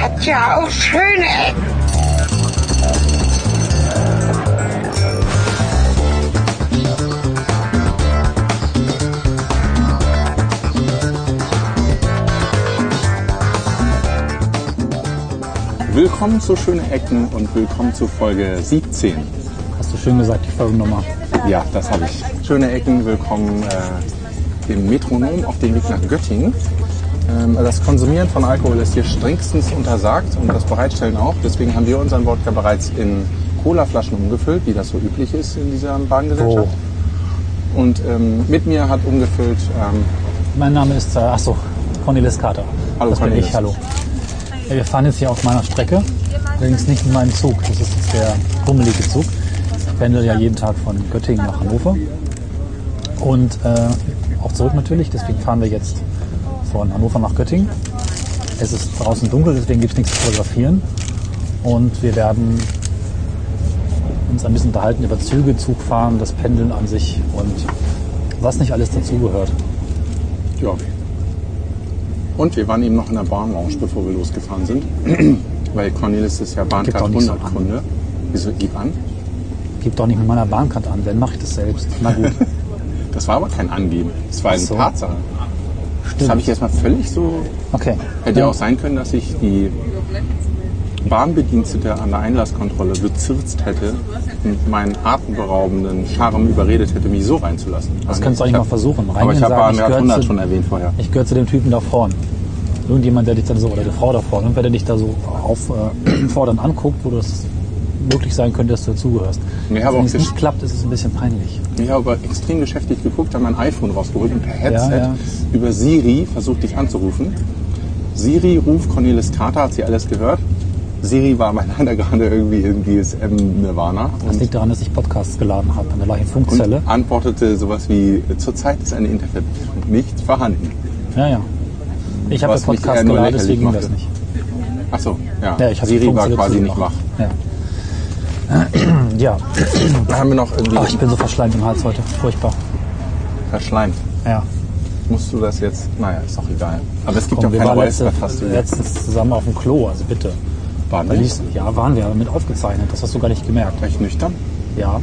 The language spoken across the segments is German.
hat ja auch schöne Ecken. Willkommen zu Schöne Ecken und willkommen zu Folge 17. Hast du schön gesagt, die Folgennummer. Ja, das habe ich. Schöne Ecken, willkommen äh, dem Metronom auf dem Weg nach Göttingen. Ähm, das Konsumieren von Alkohol ist hier strengstens untersagt und das Bereitstellen auch. Deswegen haben wir unseren Wodka bereits in Colaflaschen umgefüllt, wie das so üblich ist in dieser Bahngesellschaft. Oh. Und ähm, mit mir hat umgefüllt, ähm, Mein Name ist, äh, achso, Cornelis Kater. Hallo, das Cornelis. bin ich, hallo. Ja, Wir fahren jetzt hier auf meiner Strecke, allerdings nicht in meinem Zug. Das ist jetzt der hummelige Zug. Ich pendel ja jeden Tag von Göttingen nach Hannover. Und äh, auch zurück natürlich, deswegen fahren wir jetzt von Hannover nach Göttingen. Es ist draußen dunkel, deswegen gibt es nichts zu fotografieren. Und wir werden uns ein bisschen unterhalten über Züge, Zugfahren, das Pendeln an sich und was nicht alles dazugehört. ja. Und wir waren eben noch in der Bahnlounge, bevor wir losgefahren sind. Weil Cornelis ist ja Bahncard auch nicht so an. 100 Kunde. Wieso gib an? Gib doch nicht mit meiner Bahncard an, dann mache ich das selbst. Na gut, Das war aber kein Angeben. Das war eine so. Tatsache. Das habe ich stimmt. erstmal völlig so. Okay. Hätte ja auch sein können, dass ich die Bahnbedienstete an der Einlasskontrolle bezirzt hätte und meinen atemberaubenden Charme überredet hätte, mich so reinzulassen. Das Aber kannst du nee, eigentlich mal ich hab- versuchen. Reingehen Aber ich habe sagen, ich Bahnrad gehöre 100 zu- schon erwähnt vorher. Ich gehöre zu dem Typen da vorne. Irgendjemand, der dich dann so, oder die Frau da vorne, wenn der dich da so auffordernd anguckt, wo das möglich sein könnte, dass du dazugehörst. Nee, aber wenn auch es gesch- nicht klappt, ist es ein bisschen peinlich. Ich habe aber extrem beschäftigt geguckt, habe mein iPhone rausgeholt und per Headset Ja, ja. über Siri versucht, dich anzurufen. Siri ruft Cornelis Carter, hat sie alles gehört. Siri war aber leider gerade irgendwie im GSM-Nirvana. Das liegt daran, dass ich Podcasts geladen habe in der gleichen und Funkzelle. antwortete sowas wie, zurzeit ist eine Internetverbindung nicht vorhanden. Ja, ja. Ich habe Was ja mich eher Podcast nur geladen, lächerlich deswegen ging das machte. nicht. Ach so, ja. Ja, ich habe die Siri war Funkzelle quasi nicht wach. zugemacht. Ja. ja. Da haben wir noch irgendwie Ach, ich bin so verschleimt im Hals heute. Furchtbar. verschleimt. Ja. Musst du das jetzt, naja, ist auch egal. Aber es gibt Komm, ja wir keine waren letzte, Räusperatastung. letztens zusammen auf dem Klo, also bitte. Waren Da wir? lief's- Ja, waren wir, aber mit aufgezeichnet. Das hast du gar nicht gemerkt. War ich nüchtern? Ja,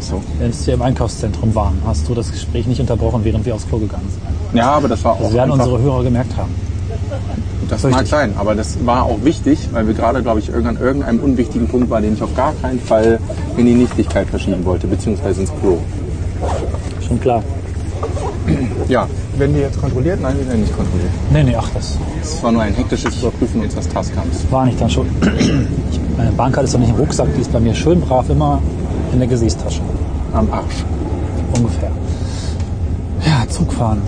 So. als wir im Einkaufszentrum waren, hast du das Gespräch nicht unterbrochen, während wir aufs Klo gegangen sind. Ja, aber das war auch Das Also werden einfach- unsere Hörer gemerkt haben. Das Richtig. mag sein, aber das war auch wichtig, weil wir gerade, glaube ich, irgend- an irgendeinem unwichtigen Punkt waren, den ich auf gar keinen Fall in die Nichtigkeit verschieben wollte, beziehungsweise ins Pro. Schon klar. Ja. Werden wir jetzt kontrolliert? Nein, wir werden nicht kontrolliert. Nee, nee, ach, das Es war nur ein hektisches Überprüfen unseres Taskcams. war nicht dann schon. Ich- Meine Bahncard ist doch nicht im Rucksack, die ist bei mir schön brav immer in der Gesäßtasche. Am Arsch. Ungefähr. Ja, Zugfahren.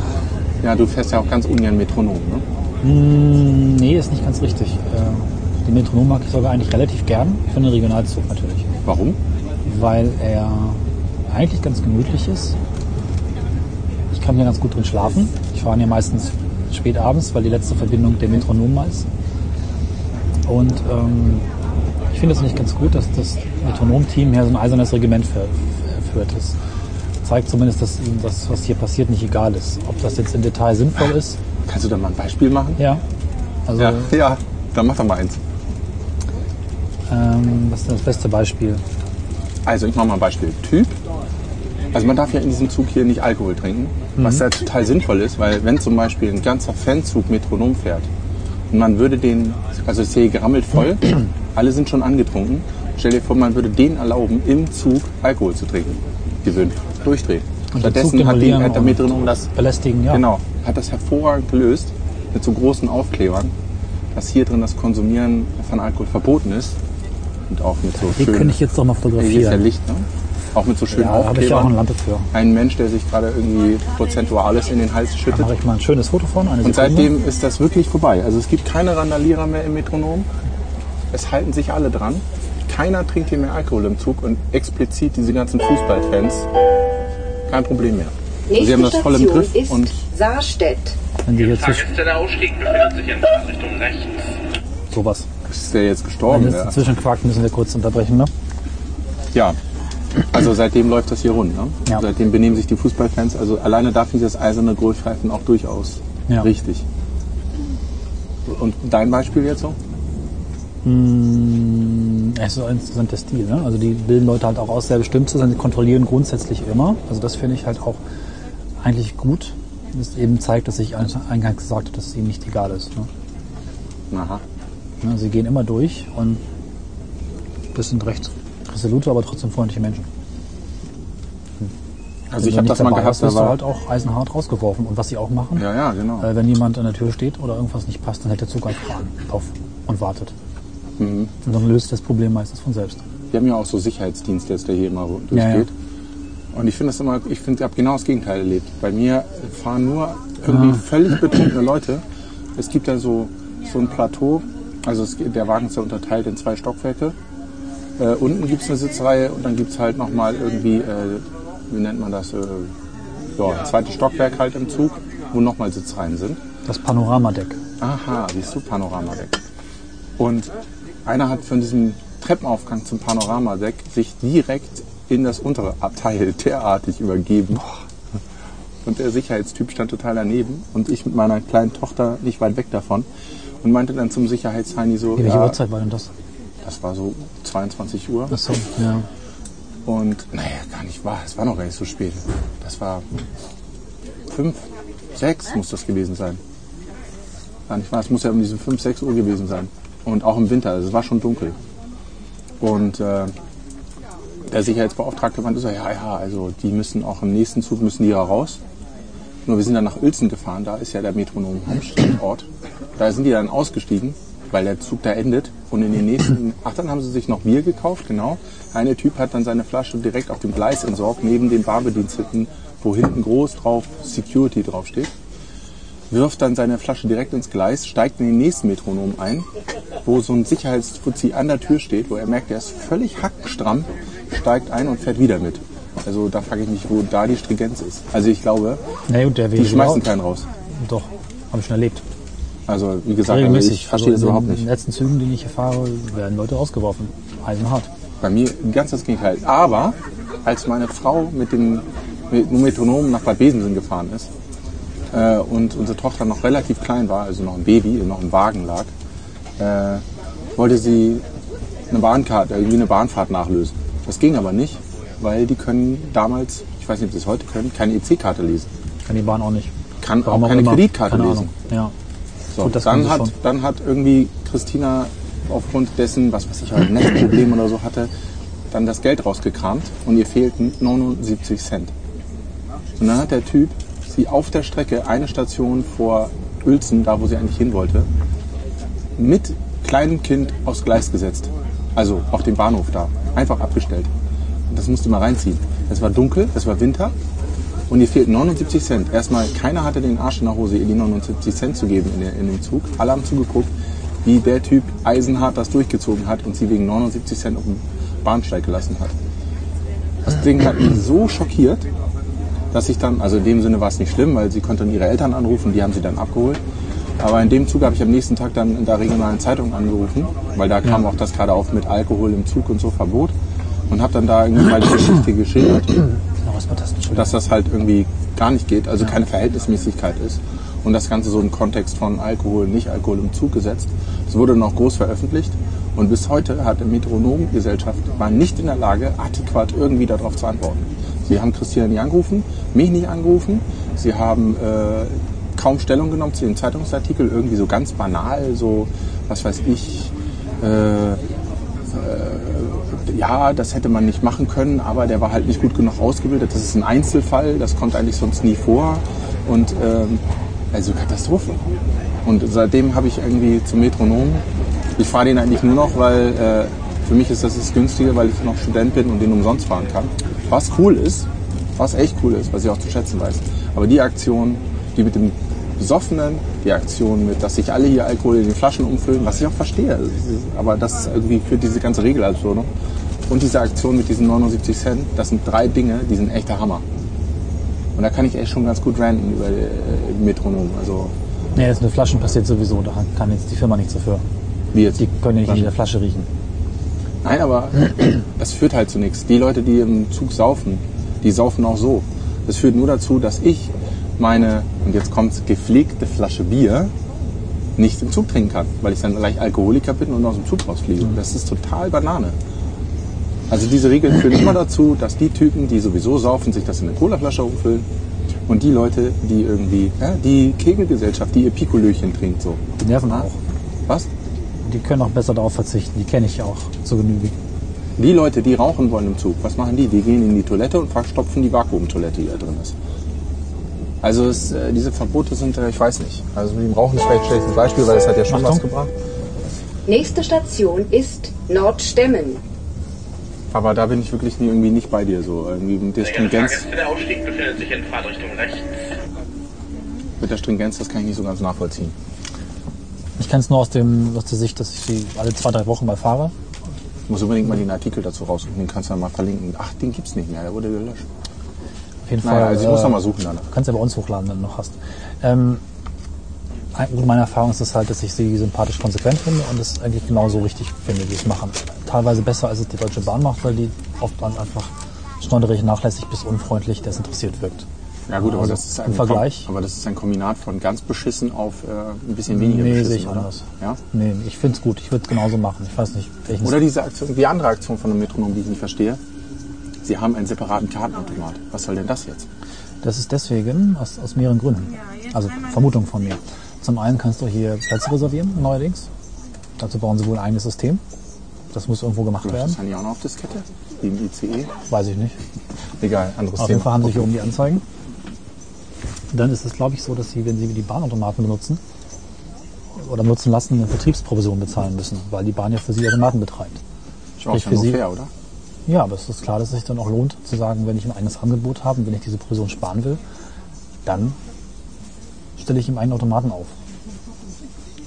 Ja, du fährst ja auch ganz ungern Metronom, ne? Hm, nee, ist nicht ganz richtig. Äh, Den Metronom mag ich sogar eigentlich relativ gern. Für einen Regionalzug natürlich. Warum? weil er eigentlich ganz gemütlich ist. Ich kann hier ganz gut drin schlafen. Ich fahre hier meistens spät abends, weil die letzte Verbindung der Metronom mal ist. Und ähm, ich finde es nicht ganz gut, dass das Metronom-Team hier so ein eisernes Regiment fähr- führt. Das zeigt zumindest, dass ihm das, was hier passiert, nicht egal ist. Ob das jetzt im Detail sinnvoll ist, Kannst du da mal ein Beispiel machen? ja. Also, Ja, ja. dann mach doch mal eins. Ähm, was ist denn das beste Beispiel? Also, ich mache mal ein Beispiel. Typ. Also, man darf ja in diesem Zug hier nicht Alkohol trinken, Mhm. was ja total sinnvoll ist, weil wenn zum Beispiel ein ganzer Fanzug Metronom fährt und man würde den, also ich sehe gerammelt voll, alle sind schon angetrunken, stell dir vor, man würde denen erlauben, im Zug Alkohol zu trinken. Die würden durchdrehen. Und den Zug Stattdessen hat, die, demolieren hat der und Metronom das Belästigen, ja. Genau, hat das hervorragend gelöst mit so großen Aufklebern, dass hier drin das Konsumieren von Alkohol verboten ist. Und auch mit so Hier schönen- könnte ich jetzt doch mal Hier ist ja fotografieren. Licht, ne? Auch mit so schönen Ja, da habe ich ja auch eine Aufklebern. Lampe für. Ein Mensch, der sich gerade irgendwie prozentuales in den Hals schüttet. Mache ich mal ein schönes Foto von. Eine Und Sekunde. seitdem ist das wirklich vorbei. Also es gibt keine Randalierer mehr im Metronom. Es halten sich alle dran. Keiner trinkt hier mehr Alkohol im Zug und explizit diese ganzen Fußballfans kein Problem mehr. Sie haben das voll im Griff und Saarstedt. Wenn die hier zwischen, Der Ausstieg befindet sich in Fahrtrichtung rechts. sowas. ist der jetzt Wenn gestorben. es Ja. dazwischen quakt, müssen wir kurz unterbrechen, ne? ja. Also seitdem läuft das hier rund. Ne? Ja. Seitdem benehmen sich die Fußballfans. Also alleine darf dieses eiserne Goldpfeifen auch durchaus Ja. richtig. Und dein Beispiel jetzt so? Es ist auch insgesamt der Stil. Ne? Also die bilden Leute halt auch aus, sehr bestimmt zu sein. Sie kontrollieren grundsätzlich immer. Also das finde ich halt auch eigentlich gut. Das eben zeigt, dass ich eingangs gesagt habe, dass es ihnen nicht egal ist. Ne? Aha. Ne, Sie gehen immer durch und das sind recht resolute, aber trotzdem freundliche Menschen. Also Wenn ich du habe nicht das mal Also dabei gehabt, hast, wirst da du war, halt auch eisenhart rausgeworfen. Und was sie auch machen, Ja, ja, genau. äh, wenn jemand an der Tür steht oder irgendwas nicht passt, dann hält der Zug einfach an, auf und wartet. Mhm. Und dann löst das Problem meistens von selbst. Wir haben ja auch so Sicherheitsdienstleister hier immer durchgeht. Ja, ja. Und ich finde das immer, ich finde, ich habe genau das Gegenteil erlebt. Bei mir fahren nur Ah. irgendwie völlig betrunkene Leute. Es gibt da so, so ein Plateau, also es, geht- der Wagen ist ja unterteilt in zwei Stockwerke. Äh, unten gibt es eine Sitzreihe und dann gibt es halt nochmal irgendwie, äh, wie nennt man das, äh, ja, ein zweites Stockwerk halt im Zug, wo nochmal Sitzreihen sind. Das Panoramadeck. Aha, siehst du, Panoramadeck. Und einer hat von diesem Treppenaufgang zum Panoramadeck sich direkt in das untere Abteil derartig übergeben. Und der Sicherheitstyp stand total daneben und ich mit meiner kleinen Tochter nicht weit weg davon und meinte dann zum Sicherheitsheini so, Welche ja, Uhrzeit war denn das? das war so 22 Uhr Achso, ja. und naja, gar nicht wahr, es war noch gar nicht so spät. Das war fünf, sechs muss das gewesen sein. Gar nicht wahr, es muss ja um diese fünf, sechs Uhr gewesen sein. Und auch im Winter, also es war schon dunkel. Und äh, der Sicherheitsbeauftragte meinte so, ja, ja, also die müssen auch im nächsten Zug, müssen die ja raus. Nur wir sind dann nach Uelzen gefahren, da ist ja der Metronom Hauptstandort. Da sind die dann ausgestiegen, weil der Zug da endet. Und in den nächsten, ach dann haben sie sich noch Bier gekauft, genau. Eine Typ hat dann seine Flasche direkt auf dem Gleis entsorgt, neben dem Bahnbediensteten, wo hinten groß drauf Security draufsteht. Wirft dann seine Flasche direkt ins Gleis, steigt in den nächsten Metronom ein, wo so ein Sicherheitsfuzzi an der Tür steht, wo er merkt, er ist völlig hackenstramm, steigt ein und fährt wieder mit. Also da frage ich mich, wo da die Stringenz ist. Also ich glaube, Na gut, der die wäre schmeißen keinen raus. Doch, habe ich schon erlebt. Also wie gesagt, also Regelmäßig. ich verstehe das also in überhaupt den nicht. letzten Zügen, die ich hier fahre, werden Leute rausgeworfen. Eisenhart. Bei mir ganz das Gegenteil. Aber als meine Frau mit dem mit dem Metronom nach Bad Besensen gefahren ist äh, und unsere Tochter noch relativ klein war, also noch ein Baby, noch im Wagen lag, äh, wollte sie eine Bahnkarte, irgendwie eine Bahnfahrt nachlösen. Das ging aber nicht, weil die können damals, ich weiß nicht, ob sie es heute können, keine EC-Karte lesen. Kann die Bahn auch nicht. Kann Warum auch keine immer. Kreditkarte Keine lesen. Ahnung. So, Gut, das dann, kann sie hat, schon. dann hat irgendwie Christina aufgrund dessen, was weiß ich, ein Netzproblem oder so hatte, dann das Geld rausgekramt und ihr fehlten 79 Cent. Und dann hat der Typ sie auf der Strecke, eine Station vor Uelzen, da wo sie eigentlich hin wollte, mit kleinem Kind aufs Gleis gesetzt. Also auf dem Bahnhof da. Einfach abgestellt. Und das musste mal reinziehen. Es war dunkel, es war Winter und ihr fehlten 79 Cent. Erstmal, keiner hatte den Arsch in der Hose, ihr die 79 Cent zu geben in, der, in dem Zug. Alle haben zugeguckt, wie der Typ eisenhart das durchgezogen hat und sie wegen 79 Cent auf dem Bahnsteig gelassen hat. Das Ding hat mich so schockiert, dass ich dann, also in dem Sinne war es nicht schlimm, weil sie konnte dann ihre Eltern anrufen, die haben sie dann abgeholt. Aber in dem Zug habe ich am nächsten Tag dann in der regionalen Zeitung angerufen, weil da kam auch das gerade auf mit Alkohol im Zug und so Verbot und habe dann da irgendwie mal die Geschichte geschildert Ja. Na, was war das? Entschuldigung. dass das halt irgendwie gar nicht geht, also keine Verhältnismäßigkeit ist. Und das Ganze so im Kontext von Alkohol, Nicht-Alkohol im Zug gesetzt. Es wurde noch groß veröffentlicht. Und bis heute hat die Metronomgesellschaft war nicht in der Lage, adäquat irgendwie darauf zu antworten. Sie haben Christian nie angerufen, mich nicht angerufen. Sie haben äh, kaum Stellung genommen zu dem Zeitungsartikel, irgendwie so ganz banal, so, was weiß ich, äh, ja, das hätte man nicht machen können, aber der war halt nicht gut genug ausgebildet. Das ist ein Einzelfall, das kommt eigentlich sonst nie vor. Und ähm, also Katastrophe. Und seitdem habe ich irgendwie zum Metronom. Ich fahre den eigentlich nur noch, weil äh, für mich ist das das Günstige, weil ich noch Student bin und den umsonst fahren kann. Was cool ist, was echt cool ist, was ich auch zu schätzen weiß. Aber die Aktion, die mit dem Besoffenen, die Aktion mit, dass sich alle hier Alkohol in den Flaschen umfüllen, was ich auch verstehe. Aber das ist irgendwie für diese ganze Regelabsurdung. ne? Und diese Aktion mit diesen 79 Cent, das sind drei Dinge, die sind echter Hammer. Und da kann ich echt schon ganz gut ranten über äh, Metronom. Also, Nee, das mit Flaschen passiert sowieso. Da kann jetzt die Firma nichts dafür. wie jetzt? Die können ja nicht in der Flasche riechen. Nein, aber das führt halt zu nichts. Die Leute, die im Zug saufen, die saufen auch so. Das führt nur dazu, dass ich meine, und jetzt kommt gepflegte Flasche Bier nichts im Zug trinken kann, weil ich dann gleich Alkoholiker bin und aus dem Zug rausfliege. Das ist total Banane. Also diese Regeln führen immer dazu, dass die Typen, die sowieso saufen, sich das in eine Colaflasche umfüllen und die Leute, die irgendwie, ja, die Kegelgesellschaft, die ihr Pikolöchen trinkt, so. Die nerven auch. Was? Die können auch besser darauf verzichten. Die kenne ich auch zu Genüge. Die Leute, die rauchen wollen im Zug, was machen die? Die gehen in die Toilette und verstopfen die Vakuumtoilette, die da drin ist. Also es, äh, diese Verbote sind, äh, ich weiß nicht. Also mit dem Rauchen ist vielleicht ein schlechtes Beispiel, weil das hat ja schon was Achtung. gebracht. Nächste Station ist Nordstemmen. Aber da bin ich wirklich nie, irgendwie nicht bei dir so. Irgendwie mit der, Sehr geehrte Stringenz, Fahrgäste, der Ausstieg befindet sich in Fahrtrichtung rechts. mit der Stringenz, das kann ich nicht so ganz nachvollziehen. Ich kann es nur aus, dem, aus der Sicht, dass ich sie alle zwei, drei Wochen mal fahre. Ich muss unbedingt mal den Artikel dazu raussuchen, den kannst du dann mal verlinken. Ach, den gibt's nicht mehr, der wurde gelöscht. Auf jeden Fall. äh, Naja, also ich muss noch mal suchen danach. Du kannst ja bei uns hochladen, wenn du noch hast. Ähm, ein- gut, meine Erfahrung ist es halt, dass ich sie sympathisch konsequent finde und es eigentlich genauso richtig finde, wie es machen. Teilweise besser, als es die Deutsche Bahn macht, weil die oft dann einfach schnodderig, nachlässig bis unfreundlich desinteressiert wirkt. Ja gut, aber Also, das ist im ein Kom- Vergleich? Aber das ist ein Kombinat von ganz beschissen auf äh, ein bisschen weniger Nee, beschissen, sehe ich oder? anders. Ja? Nee, ich finde es gut. Ich würde es genauso machen. Ich weiß nicht, welchen Oder diese Aktion, die andere Aktion von dem Metronom, die ich nicht verstehe. Sie haben einen separaten Kartenautomat. Was soll denn das jetzt? Das ist deswegen aus, aus mehreren Gründen. Also Vermutung von mir. Zum einen kannst du hier Plätze reservieren, neuerdings. Dazu brauchen sie wohl ein eigenes System. Das muss irgendwo gemacht Läuft das werden. dann ja auch noch auf Diskette? Wie im ICE? Weiß ich nicht. Egal, anderes Auf jeden Fall Thema. haben sie hier oben die Anzeigen. Dann ist es, glaube ich, so, dass sie, wenn sie die Bahnautomaten benutzen oder nutzen lassen, eine Vertriebsprovision bezahlen müssen, weil die Bahn ja für sie Automaten betreibt. Ist auch Sprich, ja für nur Sie- fair, oder? Ja, aber es ist klar, dass es sich dann auch lohnt, zu sagen, wenn ich ein eigenes Angebot habe und wenn ich diese Provision sparen will, dann stelle ich ihm einen Automaten auf.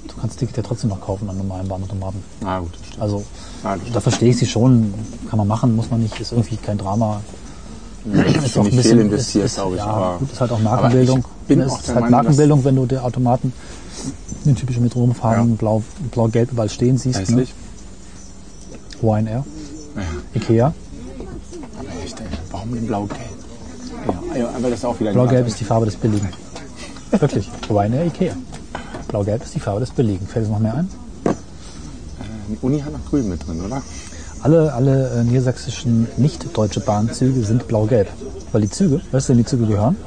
Du kannst das Ticket ja trotzdem noch kaufen an normalen Bahnautomaten. Na gut, das stimmt. Also, Ja, das stimmt. da verstehe ich sie schon. Kann man machen, muss man nicht, ist irgendwie kein Drama. ist auch nicht viel investiert, ist, ist, glaube ich. Ja, aber, gut, ist halt auch aber Markenbildung. Ich bin es auch ist der halt Meinung, dass- Markenbildung, wenn du der Automaten den typischen mit rumfahren, Ja. blau, blau-gelb überall stehen siehst. Ne? Hässlich. Hawaiian Air, Ikea. Echt, ey. Warum denn blau-gelb? Ja, aber das ist auch wieder ein Blau-Gelb Wahnsinn. ist die Farbe des Billigen. Wirklich. Wobei in der Ikea. Blau-Gelb ist die Farbe des Billigen. Fällt es noch mehr ein? Die Uni hat noch grün mit drin, oder? Alle, alle äh, niedersächsischen nicht-deutsche Bahnzüge sind blau-gelb. Weil die Züge, weißt du, wem die Züge gehören?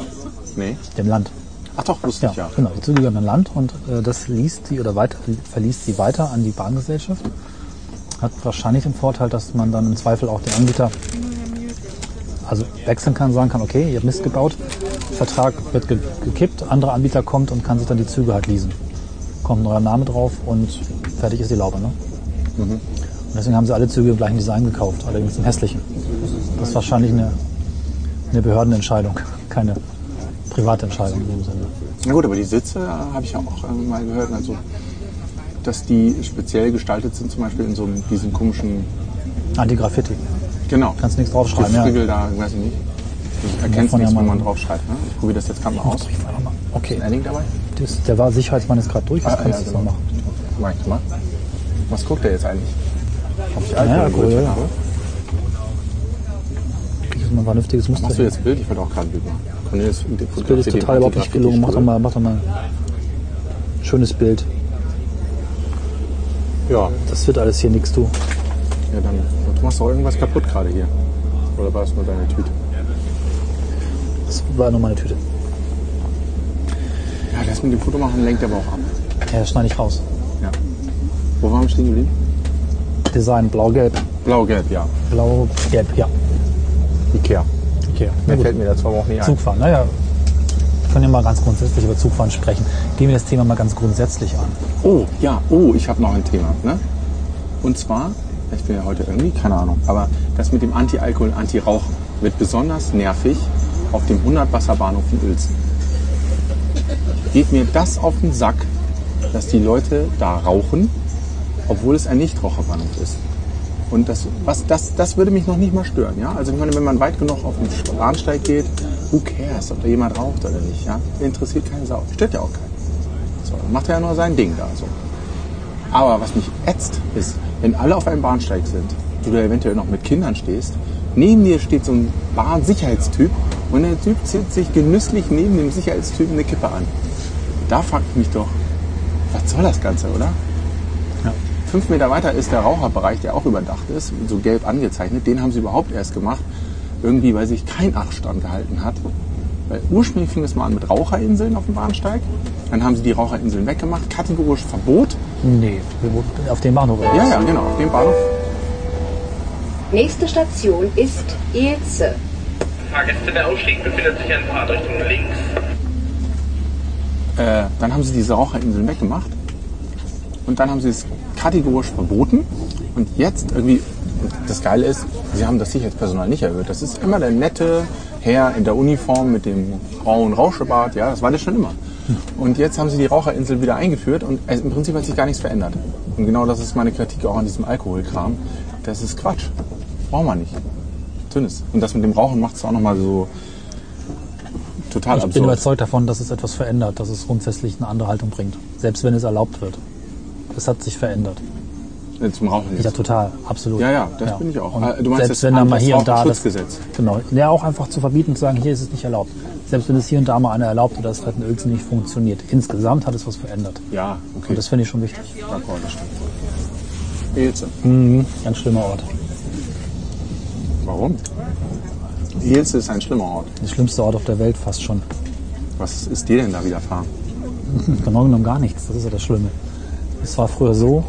Nee. Dem Land. Ach doch, wusste Ja, ich ja. genau. Die Züge gehören dem Land und äh, das liest sie oder weiter, verliest sie weiter an die Bahngesellschaft. Hat wahrscheinlich den Vorteil, dass man dann im Zweifel auch den Anbieter also wechseln kann, sagen kann, okay, ihr habt Mist gebaut, Vertrag wird ge gekippt, anderer Anbieter kommt und kann sich dann die Züge halt leasen. Kommt ein neuer Name drauf und fertig ist die Laube. Ne? Und deswegen haben sie alle Züge im gleichen Design gekauft, allerdings im hässlichen. Das ist wahrscheinlich eine, eine Behördenentscheidung, keine Privatentscheidung in dem Sinne. Na gut, aber die Sitze äh, habe ich ja auch ähm, mal gehört. Also, dass die speziell gestaltet sind, zum Beispiel in so einem- diesem komischen. Ah, Anti-Graffiti. Genau. Kannst nichts draufschreiben, ja. Gefrickel da, weiß ich nicht. Du erkennst Davon ja nichts, wenn mal- man draufschreibt. Ne? Ich probiere das jetzt gerade mal aus. Ist Okay, ein Ding dabei? das, der war Sicherheitsmann ist gerade Ah, durch, das kannst du jetzt genau. noch machen. Mach ich mal. Was guckt der jetzt eigentlich? Ob ich Ja, Alkohol Alkohol, geholt ja. habe? Das ist mal ein vernünftiges Muster. Machst du hier. jetzt ein Bild? Ich wollte auch gerade ein Bild machen. Cornelius, das Bild ist total überhaupt nicht gelungen. Mach doch mal, mach doch mal ein schönes Bild. Ja, Das wird alles hier nichts, du. ja dann. Du machst doch irgendwas kaputt gerade hier. Oder war es nur deine Tüte? Das war nur meine Tüte. Ja, das mit dem Foto machen lenkt aber auch ab. Ja, schneide ich raus. Ja. Wo waren wir stehen geblieben? Design blau-gelb. Blau-Gelb, ja. Blau-gelb, ja. Ikea. Okay, na Mehr gut. fällt mir dazu aber auch nicht ein. Zugfahren, naja. Wir können ja mal ganz grundsätzlich über Zugfahren sprechen. Gehen wir das Thema mal ganz grundsätzlich an. Oh, ja, oh, ich habe noch ein Thema. Ne? Und zwar, ich bin ja heute irgendwie, keine Ahnung, aber das mit dem Anti-Alkohol, Anti-Rauchen wird besonders nervig auf dem 100-Wasser-Bahnhof in Uelzen. Geht mir das auf den Sack, dass die Leute da rauchen, obwohl es ein Nichtraucherbahnhof ist. Und das, was, das, das würde mich noch nicht mal stören. Ja? Also ich meine, wenn man weit genug auf den Bahnsteig geht, who cares, ob da jemand raucht oder nicht. Ja? Interessiert keine Sau. Stört ja auch keinen. So, dann macht er ja nur sein Ding da so. Aber was mich ätzt, ist, wenn alle auf einem Bahnsteig sind, du da eventuell noch mit Kindern stehst, neben dir steht so ein Bahnsicherheitstyp und der Typ zieht sich genüsslich neben dem Sicherheitstypen eine Kippe an. Da fragt mich doch, Was soll das Ganze, oder? Ja. Fünf Meter weiter ist der Raucherbereich, der auch überdacht ist, so gelb angezeichnet. Den haben sie überhaupt erst gemacht, irgendwie, weil sich kein Acht gehalten hat. Weil ursprünglich fing es mal an mit Raucherinseln auf dem Bahnsteig. Dann haben sie die Raucherinseln weggemacht, kategorisch Verbot. Nee, wir wo- auf dem Bahnhof. oder Ja, was? ja, genau, auf dem Bahnhof. Nächste Station ist Ilze. Fahrgäste, der Ausstieg befindet sich in Fahrtrichtung links. Äh, dann haben sie diese Raucherinseln weggemacht. Und dann haben sie es kategorisch verboten. Und jetzt irgendwie, das Geile ist, sie haben das Sicherheitspersonal nicht erhöht. Das ist immer der nette Herr in der Uniform mit dem grauen Rauschebart. Ja, das war das schon immer. Und jetzt haben sie die Raucherinsel wieder eingeführt und es, im Prinzip hat sich gar nichts verändert. Und genau das ist meine Kritik auch an diesem Alkoholkram. Das ist Quatsch. Braucht man nicht. Dünnes. Und das mit dem Rauchen macht es auch nochmal so total Ich absurd. bin überzeugt davon, dass es etwas verändert, dass es grundsätzlich eine andere Haltung bringt. Selbst wenn es erlaubt wird. Es hat sich verändert. Äh, Zum Rauchen jetzt. Ja, total, absolut. Ja, ja, das bin ich auch. Und Ah, du meinst das selbst wenn da mal hier und da das Anti-Rauchschutzgesetz. Genau. Ja, auch einfach zu verbieten und zu sagen, hier ist es nicht erlaubt. Selbst wenn es hier und da mal einer erlaubt oder es halt in Uelzen nicht funktioniert. Insgesamt hat es was verändert. Ja, okay. Und das finde ich schon wichtig. D'accord, das stimmt. Ilze. Ganz schlimmer Ort. Warum? Ilze ist ein schlimmer Ort. Der schlimmste Ort auf der Welt fast schon. Was ist dir denn da widerfahren? Genau genommen gar nichts. Das ist ja das Schlimme. Es war früher so,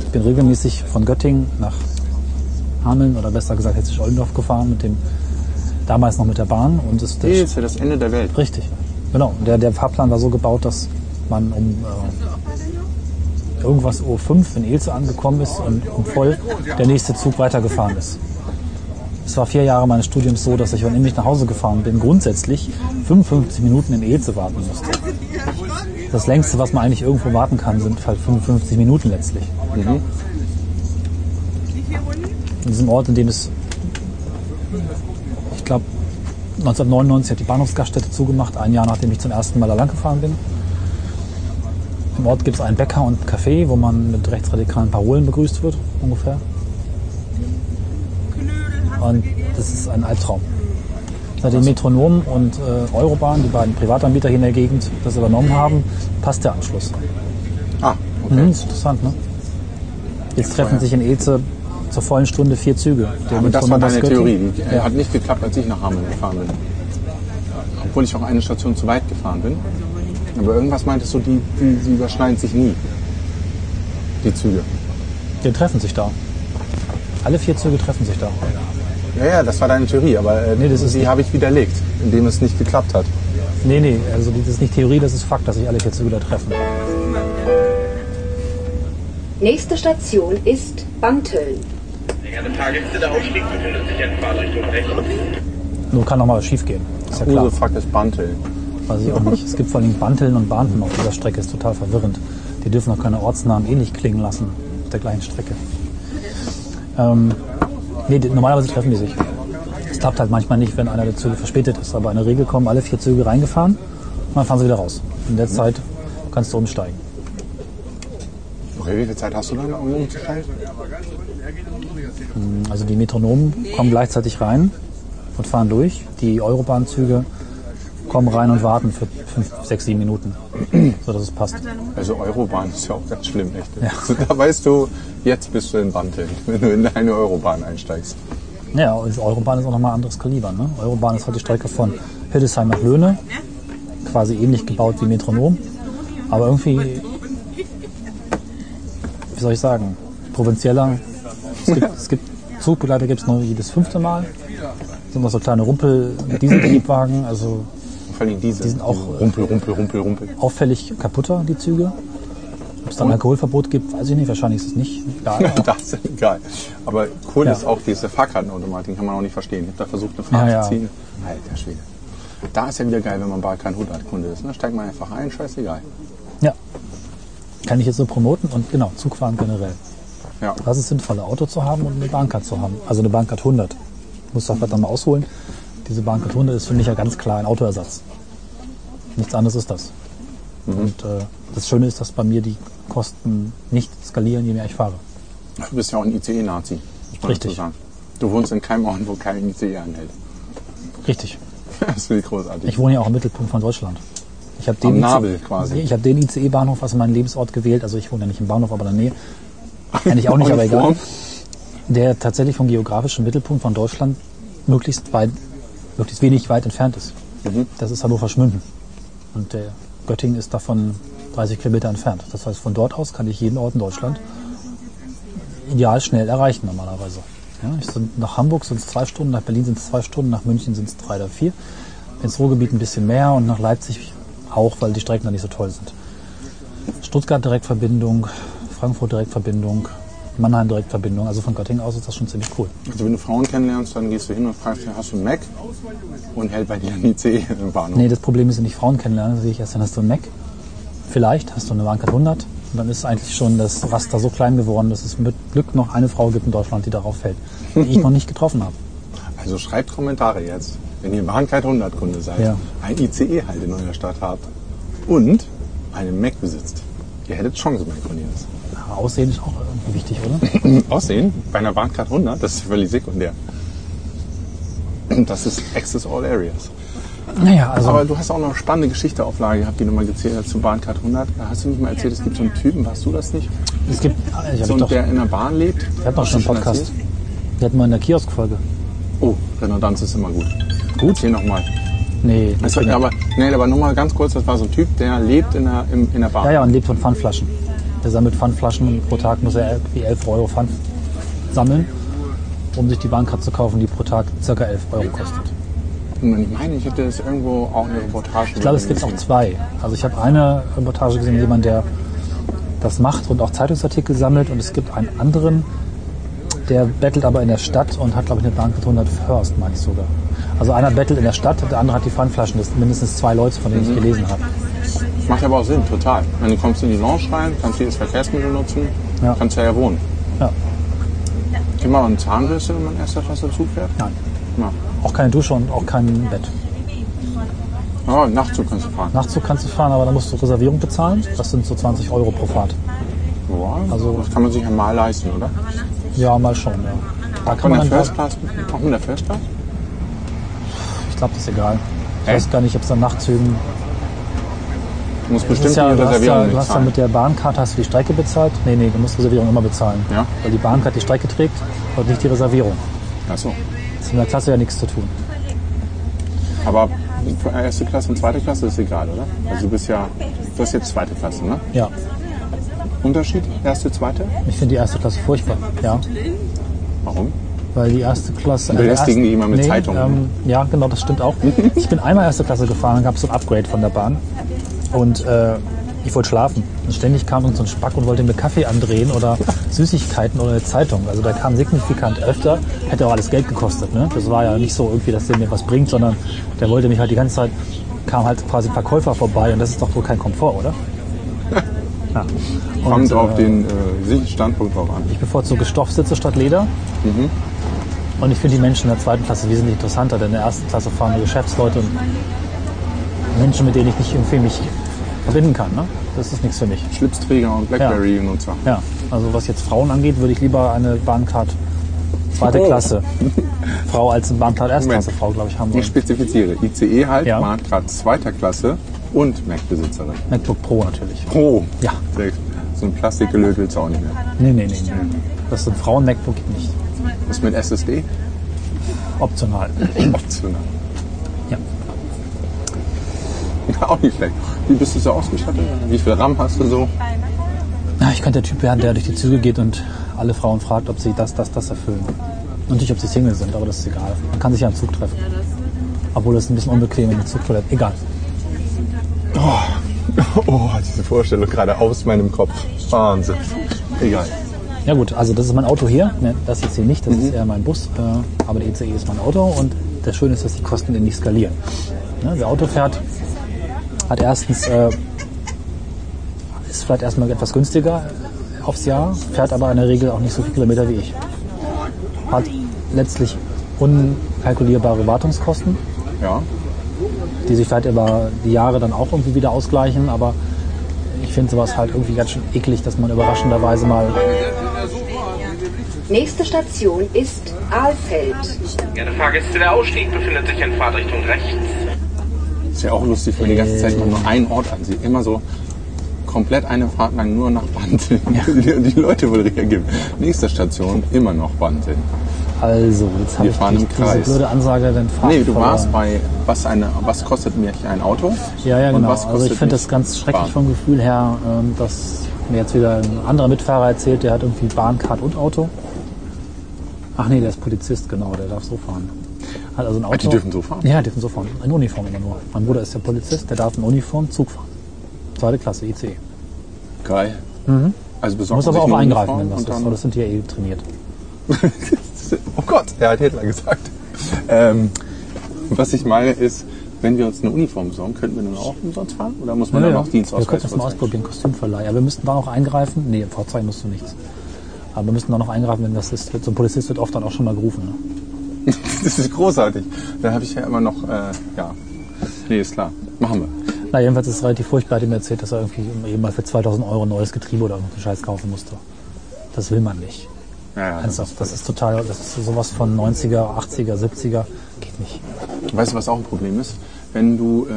ich bin regelmäßig von Göttingen nach Hameln oder besser gesagt Hessisch-Oldendorf gefahren mit dem, damals noch mit der Bahn und es, der, Ilze, das Ende der Welt. Richtig, genau. Und Der, der Fahrplan war so gebaut, dass man um äh, irgendwas Uhr 5 in Elze angekommen ist und um voll der nächste Zug weitergefahren ist. Es war vier Jahre meines Studiums so, dass ich, wenn ich nach Hause gefahren bin, grundsätzlich 55 Minuten in Elze warten musste. Das längste, was man eigentlich irgendwo warten kann, sind halt 55 Minuten letztlich. Mhm. In diesem Ort, in dem es, ich glaube, 1999 hat die Bahnhofsgaststätte zugemacht, ein Jahr nachdem ich zum ersten Mal da lang gefahren bin. Im Ort gibt es einen Bäcker und einen Café, wo man mit rechtsradikalen Parolen begrüßt wird, ungefähr. Und das ist ein Albtraum. Seit dem Metronom und äh, Eurobahn, die beiden Privatanbieter hier in der Gegend, das übernommen haben, passt der Anschluss. Ah, okay. Mhm, ist interessant, ne? Jetzt treffen sich in Eze zur vollen Stunde vier Züge. Der Aber das war Metronom aus deine Theorie. Göttingen- Die äh, Ja. hat nicht geklappt, als ich nach Hameln gefahren bin. Obwohl ich auch eine Station zu weit gefahren bin. Aber irgendwas meintest du, die, die, die überschneiden sich nie. Die Züge. Die treffen sich da. Alle vier Züge treffen sich da. Ja, ja, das war deine Theorie, aber äh, Nee, das ist die nicht- habe ich widerlegt, indem es nicht geklappt hat. Nee, nee, also das ist nicht Theorie, das ist Fakt, dass sich alle vier Züge da treffen. Nächste Station ist Banteln. Sehr geehrte Fahrgäste, der Ausstieg befindet sich in Fahrtrichtung rechts. Nur kann noch mal was schief gehen. Ist ja Who klar. the fuck is Bantel? Weiß ich auch nicht. Es gibt vor allem Banteln und Bahnten auf dieser Strecke, ist total verwirrend. Die dürfen auch keine Ortsnamen ähnlich klingen lassen auf der gleichen Strecke. Ähm, nee, die, normalerweise treffen die sich. Es klappt halt manchmal nicht, wenn einer der Züge verspätet ist, aber in der Regel kommen alle vier Züge reingefahren und dann fahren sie wieder raus. In der Zeit kannst du umsteigen. Okay, wie viel Zeit hast du dann, um umzusteigen? Also die Metronomen kommen gleichzeitig rein und fahren durch. Die Eurobahnzüge kommen rein und warten für fünf, sechs, sieben Minuten, so dass es passt. Also Eurobahn ist ja auch ganz schlimm, echt. Also da weißt du, jetzt bist du in Banteln, wenn du in eine Eurobahn einsteigst. Ja, und die Eurobahn ist auch nochmal ein anderes Kaliber. Ne? Eurobahn ist halt die Strecke von Hildesheim nach Löhne, quasi ähnlich gebaut wie Metronom, aber irgendwie, wie soll ich sagen, provinzieller. Es gibt, es gibt Zugbegleiter gibt es nur jedes fünfte Mal. Das sind noch so kleine Rumpel, Dieseltriebwagen, also Vor allem diese. Die sind auch- diese Rumpel, Rumpel, Rumpel, Rumpel. auffällig kaputter, die Züge. Ob es da ein Alkoholverbot gibt, weiß ich nicht. Wahrscheinlich ist es nicht. Egal. Das ist egal. Aber cool Ja. ist auch diese Fahrkartenautomatik, kann man auch nicht verstehen. Ich habe da versucht, eine Fahrt Ja, ja. zu ziehen. Alter Schwede. Da ist ja wieder geil, wenn man bei kein Hundert-Kunde ist. Ne? Steigt man einfach ein, scheißegal. Ja. Kann ich jetzt so promoten und genau, Zugfahren generell. Ja. Was ist sinnvoller, Auto zu haben und eine Bahncard zu haben? Also eine Bahncard 100. Muss doch verdammt mal ausholen. Diese Bahncard 100 ist für mich ja ganz klar ein Autoersatz. Nichts anderes ist das. Mhm. Und äh, das Schöne ist, dass bei mir die Kosten nicht skalieren, je mehr ich fahre. Du bist ja auch ein ICE-Nazi. muss man Richtig. dazu sagen. Du wohnst in keinem Ort, wo kein ICE anhält. Richtig. Das finde ich großartig. Ich wohne ja auch im Mittelpunkt von Deutschland. Ich Ich habe Am den, Nabel ICE quasi. Nee, ich hab den ICE-Bahnhof als meinen Lebensort gewählt. Also ich wohne ja nicht im Bahnhof, aber in der Nähe. Eigentlich auch nicht, aber egal. Uniform. Der tatsächlich vom geografischen Mittelpunkt von Deutschland möglichst weit, möglichst wenig weit entfernt ist. Mhm. Das ist Hannover-Schmünden. Und der Göttingen ist davon 30 Kilometer entfernt. Das heißt, von dort aus kann ich jeden Ort in Deutschland ideal schnell erreichen normalerweise. Ja, ich so, nach Hamburg sind es zwei Stunden, nach Berlin sind es zwei Stunden, nach München sind es drei oder vier. Ins Ruhrgebiet ein bisschen mehr und nach Leipzig auch, weil die Strecken da nicht so toll sind. Stuttgart Direktverbindung, Frankfurt Direktverbindung, Mannheim Direktverbindung. Also von Göttingen aus ist das schon ziemlich cool. Also wenn du Frauen kennenlernst, dann gehst du hin und fragst, hast du einen Mac? Und hält bei dir einen IC E im Bahnhof. Nee, das Problem ist, wenn ich Frauen kennenlerne, sehe ich erst, dann hast du einen Mac. Vielleicht hast du eine Bahncard 100. Und dann ist eigentlich schon das Raster so klein geworden, dass es mit Glück noch eine Frau gibt in Deutschland, die darauf fällt, die ich noch nicht getroffen habe. Also schreibt Kommentare jetzt, wenn ihr Bahncard 100 Kunde seid, Ja. ein ICE halt in eurer Stadt habt und einen Mac besitzt. Ihr hättet Chancen bei Cornelius. Aber Aussehen ist auch irgendwie wichtig, oder? Aussehen bei einer Bahncard 100, das ist völlig sekundär. Das ist Access All Areas. Naja, also Aber du hast auch noch eine spannende Geschichte auf Lager gehabt, die du mal gezählt hast zu Bahncard 100. Da hast du nicht mal erzählt, es gibt so einen Typen, warst du das nicht? es gibt. ah, Ich So habe einen, doch, der in der Bahn lebt. ich hab doch Hast schon du einen Podcast. erzählt? Wir hatten mal in der Kiosk-Folge. Oh, Redundanz ist immer gut. Gut, hier nochmal. Nee, Das das war, war- aber, nee, aber nochmal ganz kurz, das war so ein Typ, der lebt in der, im- in der Bahn. Ja, ja, und lebt von Pfandflaschen. Der sammelt Pfandflaschen und pro Tag muss er irgendwie 11 Euro Pfand sammeln, um sich die Bahncard zu kaufen, die pro Tag ca. 11 Euro kostet. Und ich meine, ich hätte das irgendwo auch eine Reportage Ich glaube, es gibt auch zwei. Also ich habe eine Reportage gesehen, jemand, der das macht und auch Zeitungsartikel sammelt. Und es gibt einen anderen, der bettelt aber in der Stadt und hat, glaube ich, eine Bahncard 100 First, meine ich sogar. Also einer bettelt in der Stadt, der andere hat die Pfandflaschen. Das sind mindestens zwei Leute, von denen ich gelesen habe. Macht aber auch Sinn, total. Wenn du kommst in die Lounge rein, kannst jedes Verkehrsmittel nutzen, Ja. kannst ja ja wohnen. Ja. Gibt man auch eine Zahnbürste, wenn man erster Klasse Zug fährt? Nein. Na. Auch keine Dusche und auch kein Bett. Oh, Nachtzug kannst du fahren. Nachtzug kannst du fahren, aber da musst du Reservierung bezahlen. Das sind so 20 Euro pro Fahrt. Boah, Also- das kann man sich ja mal leisten, oder? Ja, mal schon. Ja. Da kann Kann man man der First dann, Class, auch mit der First Class? ich glaube, das ist egal. Ich Hä? weiß gar nicht, ob es an Nachtzügen Du musst Das ist bestimmt ja, die du hast, ja, Reservierung du hast ja bezahlen. mit der Bahnkarte hast du die Strecke bezahlt. Nee, nee, du musst Reservierung immer bezahlen. Ja. Weil die Bahnkarte die Strecke trägt und nicht die Reservierung. Ach so. Das hat mit der Klasse ja nichts zu tun. Aber für erste Klasse und zweite Klasse ist egal, oder? Also du bist ja, du hast jetzt zweite Klasse, ne? Ja. Unterschied? Erste, zweite? Ich finde die erste Klasse furchtbar. Ja. Warum? Weil die erste Klasse. äh, Belästigen erst- die immer mit ne? Zeitungen, Ähm, ja, genau, das stimmt auch. Ich bin einmal erste Klasse gefahren, dann gab es so ein Upgrade von der Bahn. Und äh, ich wollte schlafen. Und ständig kam uns so ein Spack und wollte mir Kaffee andrehen oder Süßigkeiten oder eine Zeitung. Also der kam signifikant öfter. Hätte auch alles Geld gekostet. Ne? Das war ja nicht so irgendwie, dass der mir was bringt, sondern der wollte mich halt die ganze Zeit, kam halt quasi ein Verkäufer vorbei und das ist doch wohl kein Komfort, oder? Ja. Kommt Und, auf äh, den äh, Standpunkt drauf an. ich bevorzuge Stoffsitze statt Leder. Mhm. Und ich finde die Menschen in der zweiten Klasse wesentlich interessanter, denn in der ersten Klasse fahren nur Geschäftsleute und Menschen, mit denen ich nicht irgendwie mich verbinden kann. Ne? Das ist nichts für mich. Schlipsträger und Blackberry-Nutzer. Ja, also was jetzt Frauen angeht, würde ich lieber eine Bahncard zweite Oh. Klasse Frau als eine Bahncard Erstklasse Moment. Frau, glaube ich, haben Ich wollen. spezifiziere. ICE halt, Ja. Marktgrad zweiter Klasse und Mac-Besitzerin. MacBook Pro natürlich. Oh, Ja. Sehr gut. So ein Plastikgelöt willst du auch nicht mehr. Nee, nee, nee, nee. Das sind Frauen MacBook nicht. Was mit SSD? Optional. Optional. Ja. Ja, auch nicht schlecht. Wie bist du so ausgestattet? Wie viel RAM hast du so? Na, Ich könnte der Typ werden, der durch die Züge geht und alle Frauen fragt, ob sie das, das, das erfüllen. Und nicht, ob sie Single sind, aber das ist egal. Man kann sich ja im Zug treffen. Obwohl das ist ein bisschen unbequem in der Zugtoilette. Egal. Oh, diese Vorstellung gerade aus meinem Kopf. Wahnsinn. Egal. Ja gut, also das ist mein Auto hier. Ne, Das jetzt hier nicht, das ist eher mein Bus. äh, Aber der ECE ist mein Auto und das Schöne ist, dass die Kosten eben nicht skalieren. Ne, Wer Auto fährt, hat erstens, äh, ist vielleicht erstmal etwas günstiger aufs Jahr, fährt aber in der Regel auch nicht so viele Kilometer wie ich. Hat letztlich unkalkulierbare Wartungskosten, Ja. die sich vielleicht über die Jahre dann auch irgendwie wieder ausgleichen, aber ich finde sowas halt irgendwie ganz schön eklig, dass man überraschenderweise mal Nächste Station ist Alfeld. Ihre Fahrgäste, der Ausstieg befindet sich in Fahrtrichtung rechts. Ist ja auch lustig, wenn die ganze Zeit man nur einen Ort ansieht. Immer so komplett eine Fahrt lang nur nach Banteln. Die, die Leute wohl reagieren. Nächste Station, immer noch Banteln. Also, jetzt habe Wir ich fahren dich im diese Kreis. blöde Ansage dann fahren. Nee, du warst bei, was, eine, was kostet mir hier ein Auto? Ja, ja, Und genau. was Also ich kostet finde mich das ganz schrecklich Bahn? vom Gefühl her, ähm, dass mir jetzt wieder ein anderer Mitfahrer erzählt, der hat irgendwie Bahn, Kart und Auto. Ach nee, der ist Polizist, genau, der darf so fahren. Hat also ein Auto. die dürfen so fahren? Ja, die dürfen so fahren. In Uniform immer nur. Mein Bruder ist ja Polizist, der darf in Uniform Zug fahren. Zweite Klasse, ICE. Geil. Also besorgen Mhm. Muss sich aber auch eine eingreifen, wenn Uniform das und ist, weil das sind die ja eh trainiert. Oh Gott, er hat Hitler gesagt. Ähm, was ich meine ist, wenn wir uns eine Uniform besorgen, könnten wir dann auch umsonst fahren? Oder muss man Ja, dann ja. auch Wir Dienstausweis könnten das mal vorzeigen? ausprobieren, Kostümverleih. Aber wir müssten da noch eingreifen. Nee, vorzeigen musst du nichts. Aber wir müssten da noch eingreifen, wenn das ist. So ein Polizist wird oft dann auch schon mal gerufen. Ne? Das ist großartig. Dann habe ich ja immer noch, äh, ja. Nee, ist klar. Machen wir. Na, jedenfalls ist es relativ furchtbar, hat ihm erzählt, dass er irgendwie eben mal für 2000 Euro ein neues Getriebe oder irgendeinen Scheiß kaufen musste. Das will man nicht. Ja, ja, das Ernsthaft, das ist total, das ist sowas von 90er, 80er, 70er. Geht nicht. Weißt du, was auch ein Problem ist? Wenn du äh,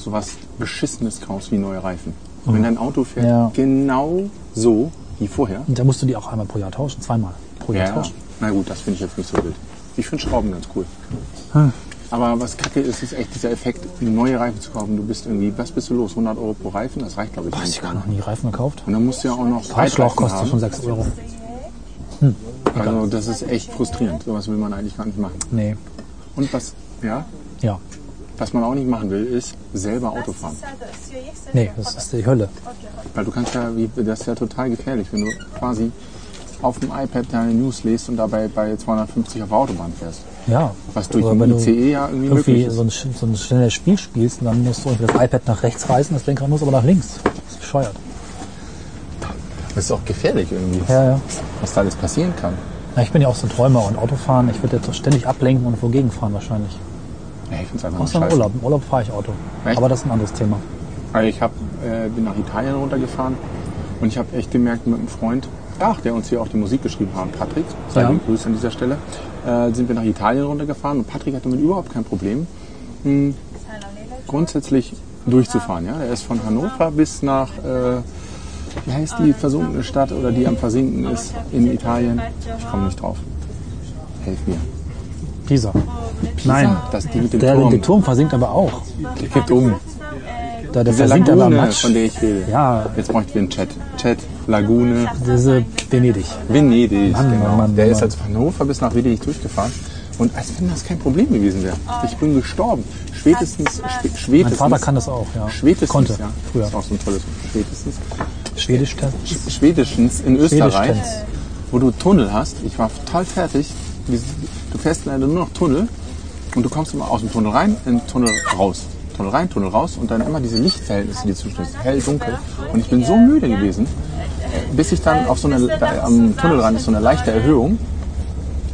sowas Beschissenes kaufst wie neue Reifen. Wenn dein Auto fährt Mhm. Ja. genau so wie vorher. Und da musst du die auch einmal pro Jahr tauschen, zweimal pro Jahr Ja, tauschen. na gut, das finde ich jetzt nicht so wild. Ich finde Schrauben ganz cool. Hm. Aber was kacke ist, ist echt dieser Effekt, neue Reifen zu kaufen. Du bist irgendwie, was bist du los? 100 Euro pro Reifen? Das reicht, glaube ich, Hast nicht. du gar noch nie Reifen gekauft? Und dann musst du ja auch noch Fahrschlauch Reitreifen kostet haben. schon 6 Euro. Also das ist echt frustrierend. Sowas will man eigentlich gar nicht machen. Nee, Und was, ja, ja. was man auch nicht machen will, ist selber Auto fahren. Nee, das ist die Hölle. Weil du kannst ja, wie, das ist ja total gefährlich, wenn du quasi auf dem iPad deine News lest und dabei bei 250 auf der Autobahn fährst. Ja. Was durch Oder den wenn du ICE ja irgendwie möglich irgendwie ist. so ein, sch- so ein schnelles Spiel spielst und dann musst du irgendwie das iPad nach rechts reißen, das Lenkrad muss aber nach links. Das ist bescheuert. Das ist auch gefährlich irgendwie, Ja, ja. was da alles passieren kann. Na, ich bin ja auch so ein Träumer und Autofahren, ich würde jetzt doch ständig ablenken und wogegen fahren wahrscheinlich. Ja, ich finde es einfach nur Außer im Oh, scheiße. Urlaub. Im Urlaub fahre ich Auto. Echt? Aber das ist ein anderes Thema. Also ich hab, äh, bin nach Italien runtergefahren und ich habe echt gemerkt mit einem Freund, ach, der uns hier auch die Musik geschrieben hat, Patrick, seine Ja. Grüße an dieser Stelle, äh, sind wir nach Italien runtergefahren und Patrick hatte damit überhaupt kein Problem, mh, grundsätzlich durchzufahren. Ja? Er ist von Hannover bis nach, äh, wie heißt die versunkene Stadt oder die am Versinken ist in Italien? Ich komme nicht drauf. Helf mir. Pisa. Nein. Das die mit dem Der, Turm. der Turm versinkt aber auch. Der kippt um. Da, der Diese versinkt aber am Lagune, Matsch. von der ich rede. Ja. Jetzt bräuchten wir einen Chat. Chat, Lagune. Diese Venedig. Venedig, Mann, genau. Mann, Mann, der Mann. ist als von Hannover bis nach Venedig durchgefahren. Und als wenn das kein Problem gewesen wäre. Ich bin gestorben. Spätestens, spä- spätestens. Mein Vater kann das auch, ja. Spätestens, Konnte, ja. früher. Das ist auch so ein tolles Wort. Spätestens. Schwedisch. der- Schwedischens in Österreich, Schwedischens. wo du Tunnel hast. Ich war total fertig. Du fährst leider nur noch Tunnel und du kommst immer aus dem Tunnel rein, in den Tunnel raus. Tunnel rein, Tunnel raus und dann immer diese Lichtverhältnisse, die zwischen ist. Hell, dunkel. Und ich bin so müde gewesen, bis ich dann auf so eine, da, am Tunnelrand ist so eine leichte Erhöhung.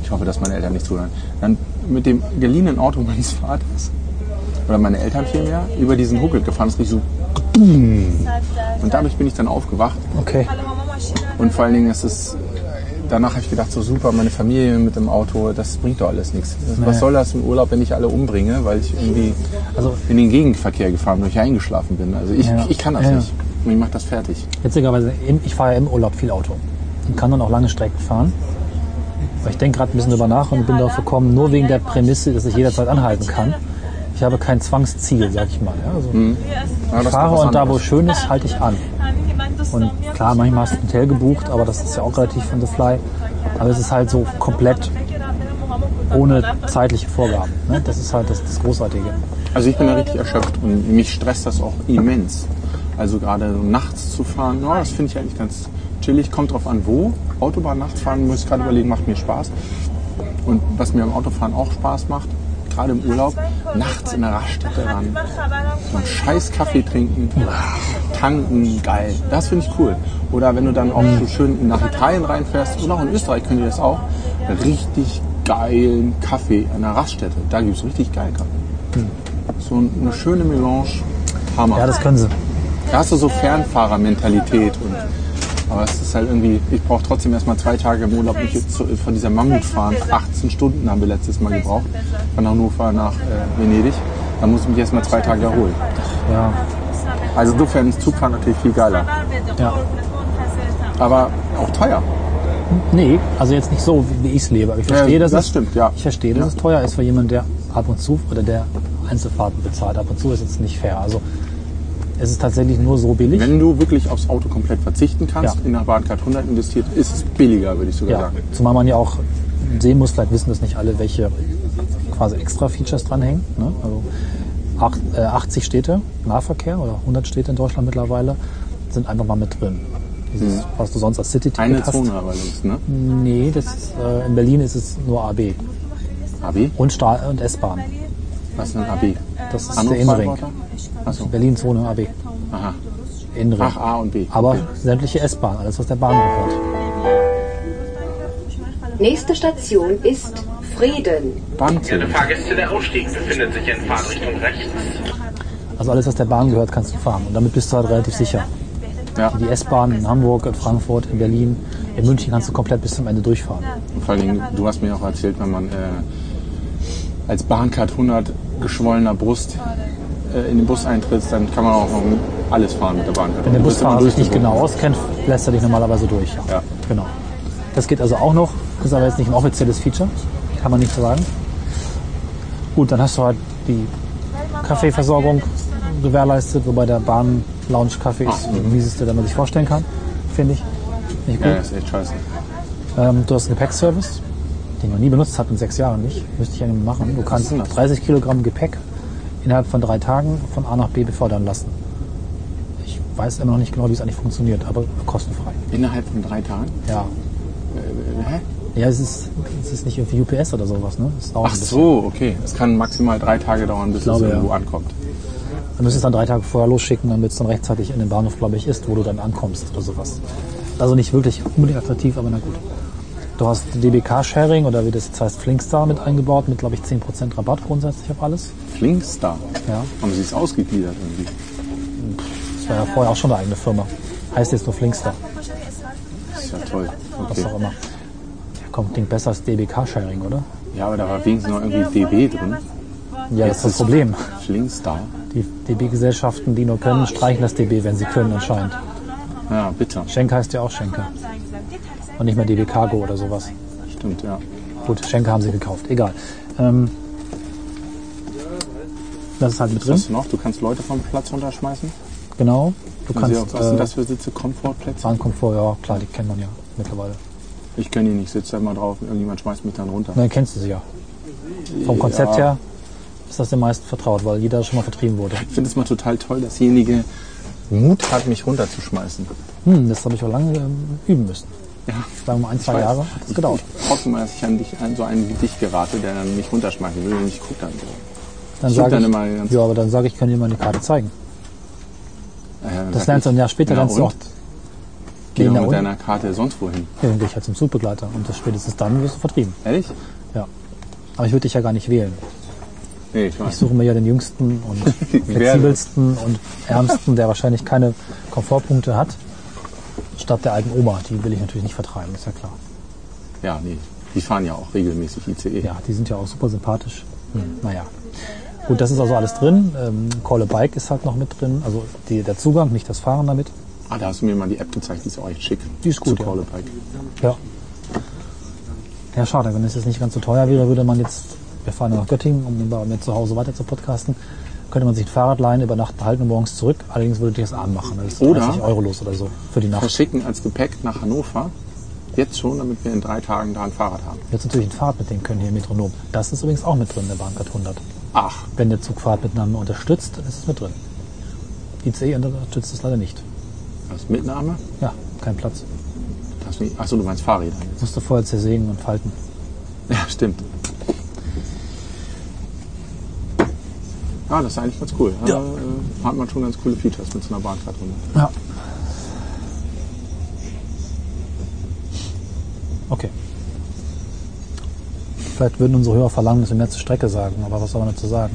Ich hoffe, dass meine Eltern nicht zuhören. Dann mit dem geliehenen Auto meines Vaters oder meine Eltern vielmehr über diesen Huckel gefahren. Das riecht so. Und dadurch bin ich dann aufgewacht Okay. und vor allen Dingen ist es, danach habe ich gedacht, so super, meine Familie mit dem Auto, das bringt doch alles nichts. Was soll das im Urlaub, wenn ich alle umbringe, weil ich irgendwie Also- in den Gegenverkehr gefahren bin, weil ich eingeschlafen bin. Also ich, Ja. ich kann das Ja. nicht. Und ich mache das fertig. Witzigerweise, im- ich fahre ja im Urlaub viel Auto und kann dann auch lange Strecken fahren. Aber ich denke gerade ein bisschen drüber nach und bin darauf gekommen, nur wegen der Prämisse, dass ich jederzeit anhalten kann. Ich habe kein Zwangsziel, sag ich mal. Ja, also Mhm. Aber das ich ist doch fahre was und da, wo anderes. schön ist, halte ich an. Und klar, manchmal hast du ein Hotel gebucht, aber das ist ja auch relativ on the fly. Aber es ist halt so komplett ohne zeitliche Vorgaben. Ne? Das ist halt das, das Großartige. Also ich bin da richtig erschöpft und mich stresst das auch immens. Also gerade so nachts zu fahren, ja, das finde ich eigentlich ganz chillig. Kommt drauf an, wo. Autobahn nachts fahren, muss ich gerade überlegen, macht mir Spaß. Und was mir am Autofahren auch Spaß macht, gerade im Urlaub, nachts in der Raststätte ran, so einen scheiß Kaffee trinken, tanken, geil. Das finde ich cool. Oder wenn du dann auch so schön nach Italien reinfährst, und auch in Österreich könnt ihr das auch, richtig geilen Kaffee an der Raststätte. Da gibt es richtig geilen Kaffee. So eine schöne Melange. Hammer. Ja, das können sie. da hast du so Fernfahrermentalität. Und, aber es ist halt irgendwie, ich brauche trotzdem erstmal zwei Tage im Urlaub, mich jetzt zu, von dieser Mammutfahrt. 18 Stunden haben wir letztes Mal gebraucht. Von Hannover nach äh, Venedig. Dann muss ich mich erstmal zwei Tage erholen. Ja, Also insofern ist Zugfahren natürlich viel geiler. ja. Aber auch teuer. Nee, also jetzt nicht so, wie ich es lebe. Aber ich verstehe, Ja, dass das es, stimmt, ja. Ich verstehe, dass es teuer ist für jemanden, der ab und zu oder der Einzelfahrten bezahlt. Ab und zu ist jetzt nicht fair. Also es ist tatsächlich nur so billig. Wenn du wirklich aufs Auto komplett verzichten kannst, Ja. in der Bahncard 100 investiert, ist es billiger, würde ich sogar Ja, sagen. zumal man ja auch sehen muss, vielleicht wissen das nicht alle, welche quasi extra Features dranhängen. Ne? Also acht, äh, 80 Städte, Nahverkehr oder 100 Städte in Deutschland mittlerweile, sind einfach mal mit drin. Dieses, was du sonst als Mhm. Eine City-Ticket hast. Zone allerdings, ne? Nee, das ist, äh, in Berlin ist es nur AB AB? und, Stahl und S-Bahn. Was ist denn AB? Das ist Hannover der Innenring. Achso. Berlin-Zone AB. Aha. Innenring. Ach, A und B. Aber sämtliche S-Bahn, alles was der Bahn gehört. Nächste Station ist Frieden. Ihre Bantel. Fahrgäste, der Ausstieg befindet sich in Fahrtrichtung rechts. Also alles was der Bahn gehört, kannst du fahren. Und damit bist du halt relativ sicher. Ja. Die S-Bahn in Hamburg, in Frankfurt, in Berlin, in München kannst du komplett bis zum Ende durchfahren. Und vor allen Dingen, du hast mir auch erzählt, wenn man äh, als Bahncard 100 geschwollener Brust äh, in den Bus eintritt, dann kann man auch noch alles fahren mit der Bahncard. Wenn der Du bist immer Busfahrer sich nicht genau durchgewogen. auskennt, lässt er dich normalerweise durch. Ja. Genau. Das geht also auch noch, ist aber jetzt nicht ein offizielles Feature, kann man nicht sagen. Gut, dann hast du halt die Kaffeeversorgung gewährleistet, wobei der Bahn-Lounge-Kaffee ist der mieseste, der man sich vorstellen kann, finde ich. Nicht gut. Ja, ist echt scheiße. Ähm, du hast einen Gepäckservice, den ich noch nie benutzt habe, in sechs Jahren nicht. Müsste ich eigentlich mal machen. Du kannst ist das? 30 Kilogramm Gepäck innerhalb von drei Tagen von A nach B befördern lassen. Ich weiß immer noch nicht genau, wie es eigentlich funktioniert, aber kostenfrei. Innerhalb von drei Tagen? Ja. Äh, hä? Ja, es ist, es ist nicht irgendwie UPS oder sowas, ne? Es dauert Ach ein bisschen. so, okay. Es kann maximal drei Tage dauern, bis es glaube, irgendwo ja. ankommt. Dann müsstest du dann drei Tage vorher losschicken, damit es dann rechtzeitig in den Bahnhof, glaube ich, ist, wo du dann ankommst oder sowas. Also nicht wirklich unbedingt attraktiv, aber na gut. Du hast DBK-Sharing oder wie das jetzt heißt, Flinkstar mit eingebaut, mit, glaube ich, 10% Rabatt grundsätzlich auf alles. Flinkstar. Ja. Haben sie es ausgegliedert irgendwie? Das war ja vorher auch schon eine eigene Firma. Heißt jetzt nur Flinkstar, Das ist ja toll. was Okay. auch immer. Ja, komm, klingt besser als DBK-Sharing, oder? Ja, aber da war wenigstens noch irgendwie DB drin. Ja, das ist das Problem. Flinkstar. Die DB-Gesellschaften, die nur können, streichen das DB, wenn sie können, anscheinend. Ja, bitter. Schenker heißt ja auch Schenker. Und nicht mehr DB Cargo oder sowas. Stimmt, ja. Gut, Schenker haben sie gekauft, egal. Ähm, das ist halt mit drin, Hast du noch? Du kannst Leute vom Platz runterschmeißen? genau. Du Kannst, kannst was sind äh, das für Sitze? Komfortplätze? Bahnkomfort, ja klar, die kennt man ja mittlerweile. Ich kenne die nicht, sitze da immer drauf und irgendjemand schmeißt mich dann runter. Nein, kennst du sie ja. Vom Konzept Ja. her ist das den meisten vertraut, weil jeder schon mal vertrieben wurde. Ich finde es mal total toll, dass derjenige Mut hat, mich runterzuschmeißen. Hm, das habe ich auch lange ähm, üben müssen. Ja. Sagen wir mal ein, zwei weiß. Jahre hat das gedauert. Ich hoffe mal, dass ich an dich an so einen wie dich gerate, der dann mich runterschmeißen will und ich gucke dann so. Dann ich sage dann ich, immer ganz- ja, aber dann sage ich, kann dir mal eine Karte zeigen. Äh, dann Das sag lernst du ich, ein Jahr später, na lernst du auch und? Geh Nee, doch na mit und? deiner Karte sonst wohin. Ja, dann gehe ich halt zum Zugbegleiter und das spätestens dann wirst du vertrieben. Ehrlich? Ja. Aber ich würde dich ja gar nicht wählen. Nee, ich weiß. Ich suche mir ja den jüngsten und flexibelsten und ärmsten, der wahrscheinlich keine Komfortpunkte hat, statt der alten Oma. Die will ich natürlich nicht vertreiben, ist ja klar. Ja, nee. Die fahren ja auch regelmäßig ICE. Ja, die sind ja auch super sympathisch. Hm, naja. Gut, das ist also alles drin. Ähm, Call a Bike ist halt noch mit drin. Also die, der Zugang, nicht das Fahren damit. Ah, da hast du mir mal die App gezeigt, die ist auch echt schick. Die ist gut, Zu ja. Call a Bike. Ja. Ja, schade. Wenn es jetzt nicht ganz so teuer wäre, würde man jetzt, wir fahren ja nach Göttingen, um bei mir zu Hause weiter zu podcasten, könnte man sich ein Fahrrad leihen, über Nacht behalten und morgens zurück. Allerdings würde dich das arm machen. Das ist Oder- 30 Euro los oder so für die Nacht. Verschicken als Gepäck nach Hannover. Jetzt schon, damit wir in drei Tagen da ein Fahrrad haben. Jetzt natürlich ein Fahrrad mitnehmen können hier im Metronom. Das ist übrigens auch mit drin, der Bahncard 100. Ach, Wenn der Zug Fahrrad miteinander unterstützt, dann ist es mit drin. ICE unterstützt es leider nicht. das ist Mitnahme? Ja, kein Platz. Das nicht. Achso, du meinst Fahrräder jetzt. Musste vorher zersägen und falten. Ja, stimmt. Ah, das ist eigentlich ganz cool. Ja. Äh, äh, hat man schon ganz coole Features mit so einer Bahncard drin. Ja. Okay. Vielleicht würden unsere Hörer verlangen, dass wir mehr zur Strecke sagen, aber was soll man dazu sagen?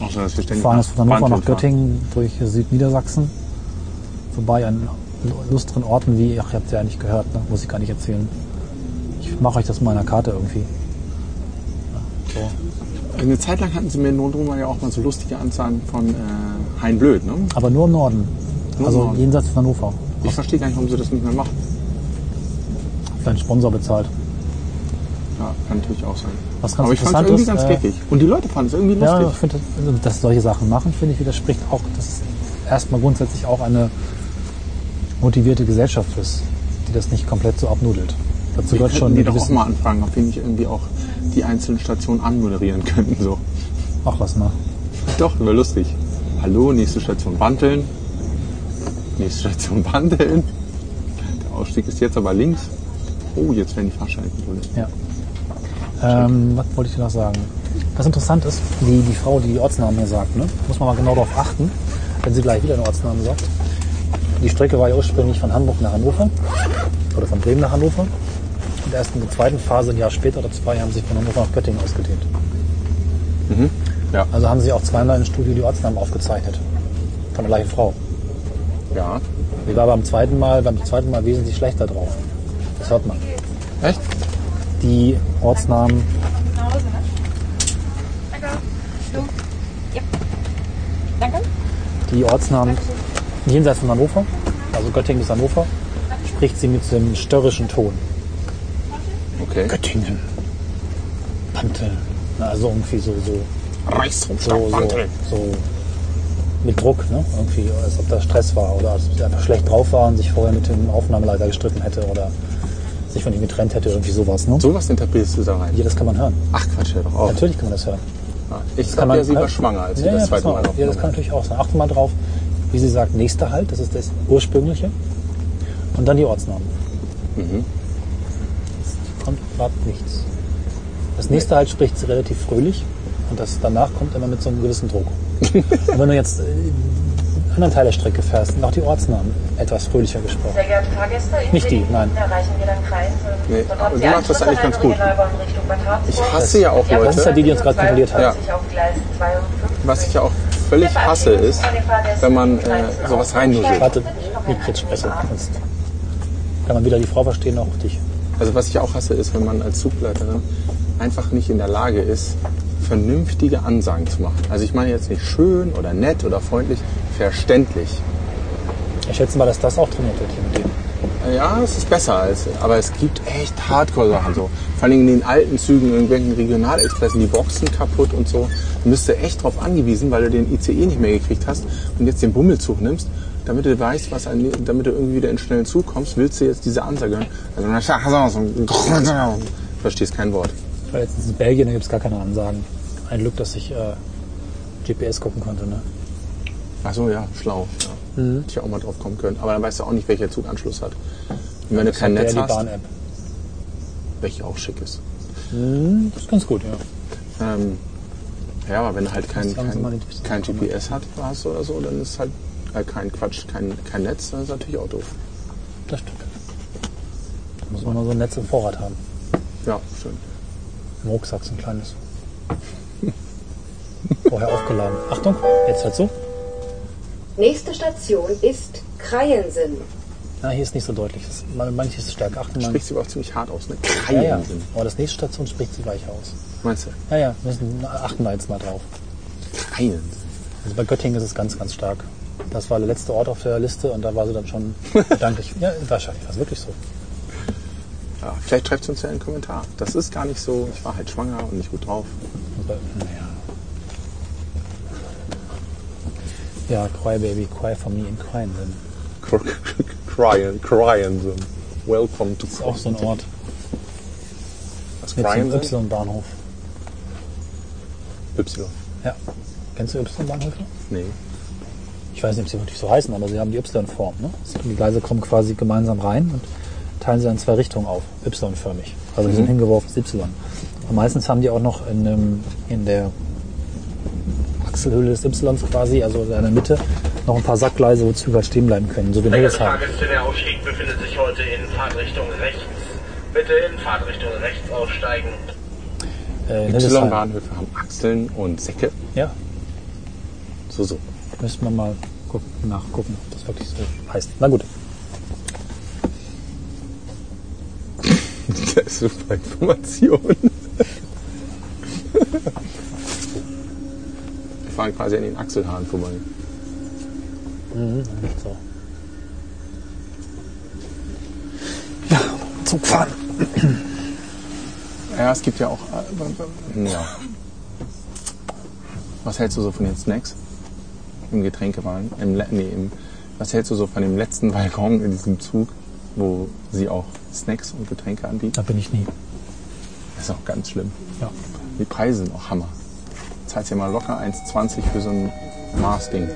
Außer, dass wir Wir ständig fahren jetzt von Hannover Bahn nach Göttingen durch Südniedersachsen, vorbei an illustren Orten wie, ach, ihr habt ja nicht gehört, ne? muss ich gar nicht erzählen. Ich mache euch das mal in der Karte irgendwie. so. Eine Zeit lang hatten sie mir in Nordrhein ja auch mal so lustige Anzahlen von äh, Hein Blöd. Ne? Aber nur im Norden. Nur also im Norden. jenseits von Hannover. Ich verstehe gar nicht, warum sie das nicht mehr machen. Dein Sponsor bezahlt. Ja, kann natürlich auch sein. Was ganz Aber ich fand es interessant irgendwie ist, ganz äh, geckig. Und die Leute fanden es irgendwie Ja, ich lustig. finde, dass, dass solche Sachen machen, finde ich, widerspricht auch, dass es erstmal grundsätzlich auch eine motivierte Gesellschaft ist, die das nicht komplett so abnudelt. Dazu Wir gehört hätten schon die eine doch auch gewisse- mal anfangen, ob wir nicht irgendwie auch die einzelnen Stationen anmoderieren könnten. So. Ach, lass mal. Doch, wäre lustig. Hallo, nächste Station Banteln. Nächste Station Banteln. Der Ausstieg ist jetzt aber links. Oh, jetzt werden die Fahrscheinen wohl. Ja. Ähm, was wollte ich dir noch sagen? Was interessant ist, die, die Frau, die die Ortsnamen hier sagt, ne? muss man mal genau darauf achten, wenn sie gleich wieder einen Ortsnamen sagt. Die Strecke war ja ursprünglich von Hamburg nach Hannover oder von Bremen nach Hannover. Und erst in der zweiten Phase, ein Jahr später oder zwei, haben sie von Hannover nach Göttingen ausgedehnt. Ja. Also haben sie auch zweimal im Studio die Ortsnamen aufgezeichnet. Von der gleichen Frau. ja. Die war beim zweiten Mal, beim zweiten Mal wesentlich schlechter drauf. Das hört man. Echt? Die Ortsnamen Danke. die Ortsnamen jenseits von Hannover, also Göttingen bis Hannover, spricht sie mit dem störrischen Ton. Okay. Göttingen. Panteln. Na, Also irgendwie so, so, so, Reichshauptstadt so, so mit Druck, ne? Irgendwie, als ob da Stress war oder als ob sie einfach schlecht drauf war und sich vorher mit dem Aufnahmeleiter gestritten hätte oder sich von ihm getrennt hätte, irgendwie sowas, ne? So was interpretierst du da rein? Hier, das kann man hören. Ach Quatsch, hör doch auf. Natürlich kann man das hören. Ja, Ich kann glaube, man, ja, sie ne? war schwanger, als sie ja, das ja, pass zweite Mal mal auf. Ja, das kann aufgenommen natürlich auch sein. Achte mal drauf, wie sie sagt, nächster Halt, das ist das ursprüngliche. Und dann die Ortsnamen. Mhm. Es kommt gerade nichts. Das nächste Halt spricht sie relativ fröhlich und das danach kommt immer mit so einem gewissen Druck. und wenn du jetzt äh, einen anderen Teil der Strecke fährst, sind auch die Ortsnamen etwas fröhlicher gesprochen. Sehr geehrte Fahrgäste, in Nicht die, nein. erreichen wir dann Kreis. äh, Nee, Dort aber haben sie Sie macht Anschluss das an eigentlich eine ganz gut. Regionalbahn Richtung Bad Harzburg. Ich hasse ja auch Das ist ja Leute. die, die uns gerade kontrolliert hat. Ja. Auf Gleis 52. Was ich ja auch völlig hasse, ist, wenn man äh, sowas reinnuschelt. Warte, ich jetzt spreche. Sonst kann man weder die Frau verstehen noch dich. Also was ich auch hasse, ist, wenn man als Zugleiterin einfach nicht in der Lage ist, vernünftige Ansagen zu machen. Also ich meine jetzt nicht schön oder nett oder freundlich, verständlich. Ich schätze mal, dass das auch trainiert wird hier mit dem. Ja, es ist besser als, aber es gibt echt Hardcore-Sachen so. Vor allem in den alten Zügen, irgendwelchen Regionalexpressen, die Boxen kaputt und so. Du bist da echt drauf angewiesen, weil du den ICE nicht mehr gekriegt hast und jetzt den Bummelzug nimmst, damit du weißt, was an, damit du irgendwie wieder in schnellen Zug kommst, willst du jetzt diese Ansage hören. Also, verstehst kein Wort. Ich war letztens in Belgien, da gibt es gar keine Ansagen. Ein Glück, dass ich äh, GPS gucken konnte. Ne? Ach so, ja, schlau. Ja. Hätte ich auch mal drauf kommen können. Aber dann weißt du auch nicht, welcher Zug Anschluss hat. Und wenn du kein Der Netz die hast, Bahn-App. welche auch schick ist. Das ist ganz gut, ja. Ähm, ja, aber wenn du halt kein, Jetzt langsam mal kein, den Twist kein GPS hat, hast oder so, dann ist halt äh, kein Quatsch, kein, kein Netz, dann ist natürlich auch doof. Das stimmt. Da muss man mal so ein Netz im Vorrat haben. Ja, schön. Im Rucksack so ein kleines. Vorher aufgeladen. Achtung, jetzt halt so. Nächste Station ist Kreiensen. Na, hier ist nicht so deutlich. Das, man- manches ist stark. Achten man. Sprichst du aber auch ziemlich hart aus, ne? Ja, ja. Kreien sind. Aber das nächste Station spricht sie gleich aus. Meinst du? Ja, ja, müssen, achten wir jetzt mal drauf. Kreien. Also bei Göttingen ist es ganz, ganz stark. Das war der letzte Ort auf der Liste und da war sie dann schon danklich. Ja, wahrscheinlich war es wirklich so. Ja, vielleicht schreibt uns ja einen Kommentar. Das ist gar nicht so, ich war halt schwanger und nicht gut drauf. Und bei- Naja. Ja, Cry Baby, Cry for me in ne? Crying Sinn. Kreien, Kreien sind. um, Welcome to Ist auch so ein Ort Was mit so einem Kreien sind? Y-Bahnhof. Y. Ja. Kennst du Y-Bahnhöfe? Nee. Ich weiß nicht, ob sie wirklich so heißen, aber sie haben die Y-Form. Ne? Die Gleise kommen quasi gemeinsam rein und teilen sie in zwei Richtungen auf, Y-förmig. Also die sind hingeworfen, ist Y. Und meistens haben die auch noch in, ähm, in der Achselhöhle des Y quasi, also in der Mitte, noch ein paar Sackgleise, wo Züge halt stehen bleiben können, so wie in Sehr geehrte Hildesheim. Fahrgäste, der Aufstieg befindet sich heute in Fahrtrichtung rechts. Bitte in Fahrtrichtung rechts aussteigen. Äh, in Hildesheim. Y-Bahnhöfe haben Achseln und Säcke. Ja, So, so. Müssen wir mal gucken, nachgucken, ob das wirklich so heißt. Na gut. Das ist super Information. Wir fahren quasi an den Achselhaaren vorbei. Mhm, nicht so. Ja, Zug fahren. Ja, es gibt ja auch. äh, Ja. Was hältst du so von den Snacks? Im Getränkewagen? Im, le- nee, im, was hältst du so von dem letzten Balkon in diesem Zug, wo sie auch Snacks und Getränke anbieten? Da bin ich nie. Das ist auch ganz schlimm. Ja. Die Preise sind auch Hammer. Zahlst ja mal locker 1,20 für so ein Maßding.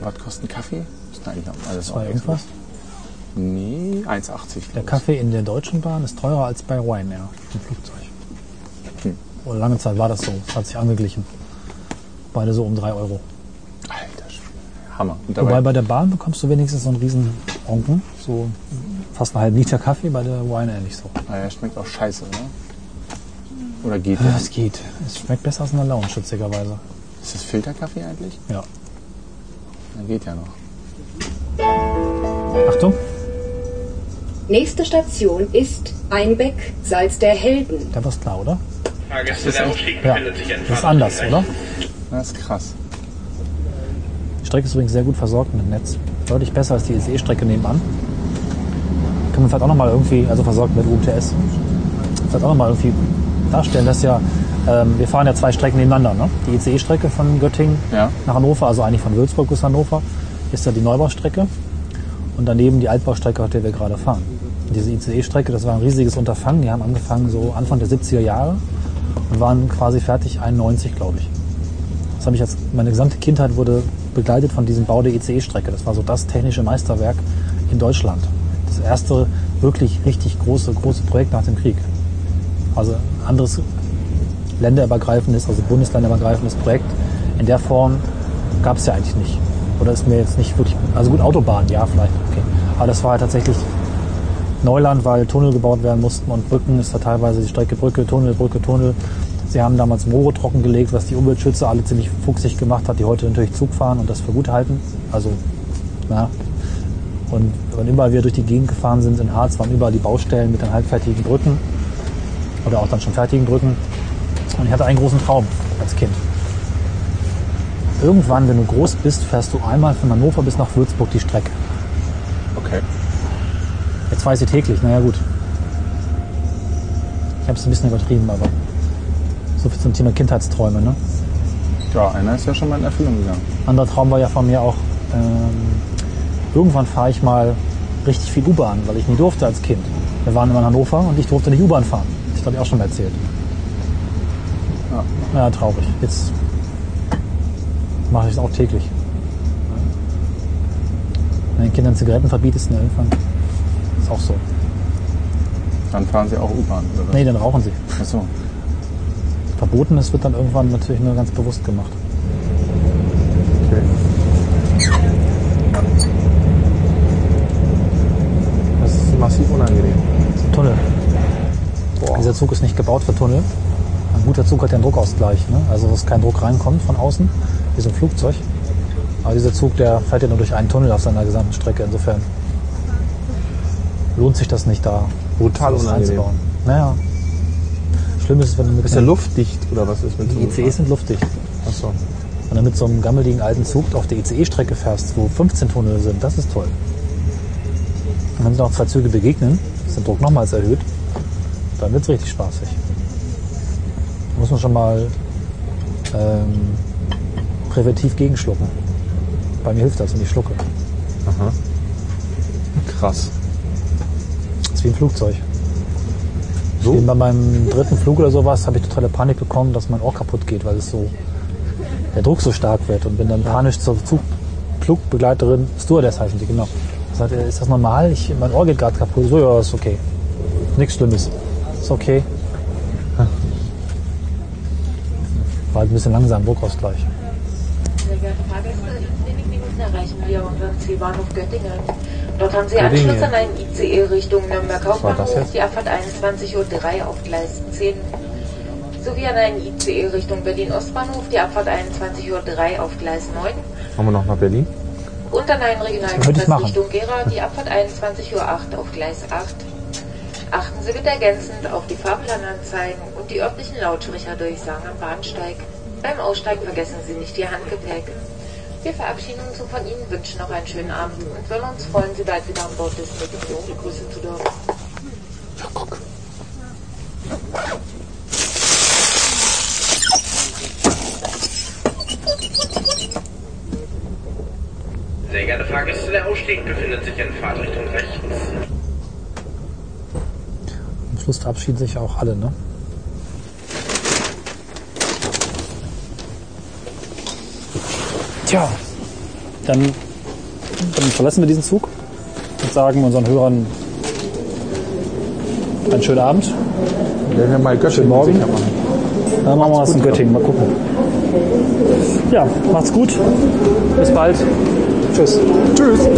Was kostet ein Kaffee? Ist eigentlich auch alles War auch irgendwas? Nee, 1,80. Der glaub ich. Kaffee in der Deutschen Bahn ist teurer als bei Ryanair im Flugzeug. Hm. Oder lange Zeit war das so. Es hat sich angeglichen. Beide so um 3 Euro. Alter Schwede. Hammer. Und Wobei dabei, bei der Bahn bekommst du wenigstens so einen riesen Onken. So fast einen halben Liter Kaffee, bei der Ryanair nicht so. Ah, ja, schmeckt auch scheiße, oder? Oder geht Ja, das? es geht. Es schmeckt besser als in der Lounge, schützigerweise. Ist das Filterkaffee eigentlich? Ja. Dann geht ja noch. Achtung. Nächste Station ist Einbeck, Salz der Helden. Da war's klar, oder? Fahrgäste, der Umstieg Ja. befindet sich in Das ist anders, Fahrtrichtung oder? Das ist krass. Die Strecke ist übrigens sehr gut versorgt mit Netz. Deutlich besser als die ICE-Strecke nebenan. Kann man vielleicht auch nochmal irgendwie, also versorgt mit UMTS, vielleicht auch nochmal irgendwie darstellen, dass ja, ähm, wir fahren ja zwei Strecken nebeneinander. Ne? Die ICE-Strecke von Göttingen Ja. nach Hannover, also eigentlich von Würzburg bis Hannover, ist ja die Neubaustrecke. Und daneben die Altbaustrecke, auf der wir gerade fahren. Und diese ICE-Strecke, das war ein riesiges Unterfangen. Die haben angefangen so Anfang der 70er Jahre und waren quasi fertig 91, glaube ich. Das habe ich als meine gesamte Kindheit wurde begleitet von diesem Bau der ICE-Strecke. Das war so das technische Meisterwerk in Deutschland. Das erste wirklich richtig große große Projekt nach dem Krieg. Also ein anderes länderübergreifendes, also bundesländerübergreifendes Projekt in der Form gab es ja eigentlich nicht. Oder ist mir jetzt nicht wirklich also gut Autobahn, ja vielleicht. Okay. Aber das war halt tatsächlich Neuland, weil Tunnel gebaut werden mussten und Brücken ist da teilweise die Strecke Brücke, Tunnel, Brücke, Tunnel. Sie haben damals Moore trockengelegt, was die Umweltschützer alle ziemlich fuchsig gemacht hat, die heute natürlich Zug fahren und das für gut halten. Also, na. Und wenn überall wir durch die Gegend gefahren sind in Harz, waren überall die Baustellen mit den halbfertigen Brücken oder auch dann schon fertigen Brücken. Und ich hatte einen großen Traum als Kind. Irgendwann, wenn du groß bist, fährst du einmal von Hannover bis nach Würzburg die Strecke. Okay. Jetzt fahre ich sie täglich, naja gut. Ich habe es ein bisschen übertrieben, aber so viel zum Thema Kindheitsträume. Ne? Ja, einer ist ja schon mal in Erfüllung gegangen. Anderer Traum war ja von mir auch, ähm, irgendwann fahre ich mal richtig viel U-Bahn, weil ich nie durfte als Kind. Wir waren immer in Hannover und ich durfte nicht U-Bahn fahren. Das habe ich auch schon mal erzählt. Ja. Naja, traurig. Jetzt mache ich es auch täglich. Wenn den Kindern Zigaretten verbietest, ne, irgendwann ist auch so. Dann fahren sie auch U-Bahn, oder was? Nee, dann rauchen sie. Achso. Verbotenes wird dann irgendwann natürlich nur ganz bewusst gemacht. Okay. Das ist massiv unangenehm. Tunnel. Dieser Zug ist nicht gebaut für Tunnel. Ein guter Zug hat ja einen Druckausgleich, ne? also dass kein Druck reinkommt von außen, wie so ein Flugzeug. Aber dieser Zug, der fährt ja nur durch einen Tunnel auf seiner gesamten Strecke. Insofern lohnt sich das nicht, da Brutal sowas unangenehm. einzubauen. Naja. Schlimm ist es, wenn du mit Ist der luftdicht oder was ist mit Die E ICEs sind luftdicht. Achso. Wenn du mit so einem gammeligen alten Zug auf der ICE-Strecke fährst, wo 15 Tunnel sind, das ist toll. Und wenn sich noch zwei Züge begegnen, ist der Druck nochmals erhöht, dann wird's richtig spaßig. Da muss man schon mal ähm, präventiv gegenschlucken. Bei mir hilft das und ich schlucke. Krass. Das ist wie ein Flugzeug. So? Eben Bei meinem dritten Flug oder sowas habe ich totale Panik bekommen, dass mein Ohr kaputt geht, weil es so der Druck so stark wird und bin dann panisch zur Zug Flugbegleiterin, Stewardess heißen die, genau. Ich sagte, ist das normal? Ich, mein Ohr geht gerade kaputt. So, ja, ist okay. Nichts Schlimmes. Ist okay. War halt ein bisschen langsam, Druckausgleich. Sehr geehrte Fahrgäste, in wenigen Minuten erreichen wir unseren Zielbahnhof Göttingen. Dort haben Sie Göttingen. Anschluss an einen ICE Richtung war das Nürnberg-Hauptbahnhof, jetzt? die Abfahrt 21.03 Uhr auf Gleis 10, sowie an einen ICE Richtung Berlin-Ostbahnhof, die Abfahrt 21.03 Uhr auf Gleis 9 Wollen wir noch nach Berlin? und an einen Könnte ich Regionalexpress machen. Richtung Gera, die Abfahrt 21.08 Uhr auf Gleis 8. Achten Sie bitte ergänzend auf die Fahrplananzeigen und die örtlichen Lautsprecherdurchsagen am Bahnsteig. Beim Aussteigen vergessen Sie nicht Ihr Handgepäck. Wir verabschieden uns so von Ihnen, wünschen noch einen schönen Abend und würden uns freuen, Sie bald wieder an Bord des Meteorologen begrüßen zu dürfen. Sehr geehrte Fahrgäste, der Ausstieg befindet sich in Fahrtrichtung rechts. Am Schluss verabschieden sich auch alle, ne? Tja, dann, dann verlassen wir diesen Zug und sagen unseren Hörern einen schönen Abend. Wenn wir mal Göttingen Morgen. sicher machen. Dann machen wir was in Göttingen. Mal gucken. Ja, macht's gut. Bis bald. Tschüss. Tschüss.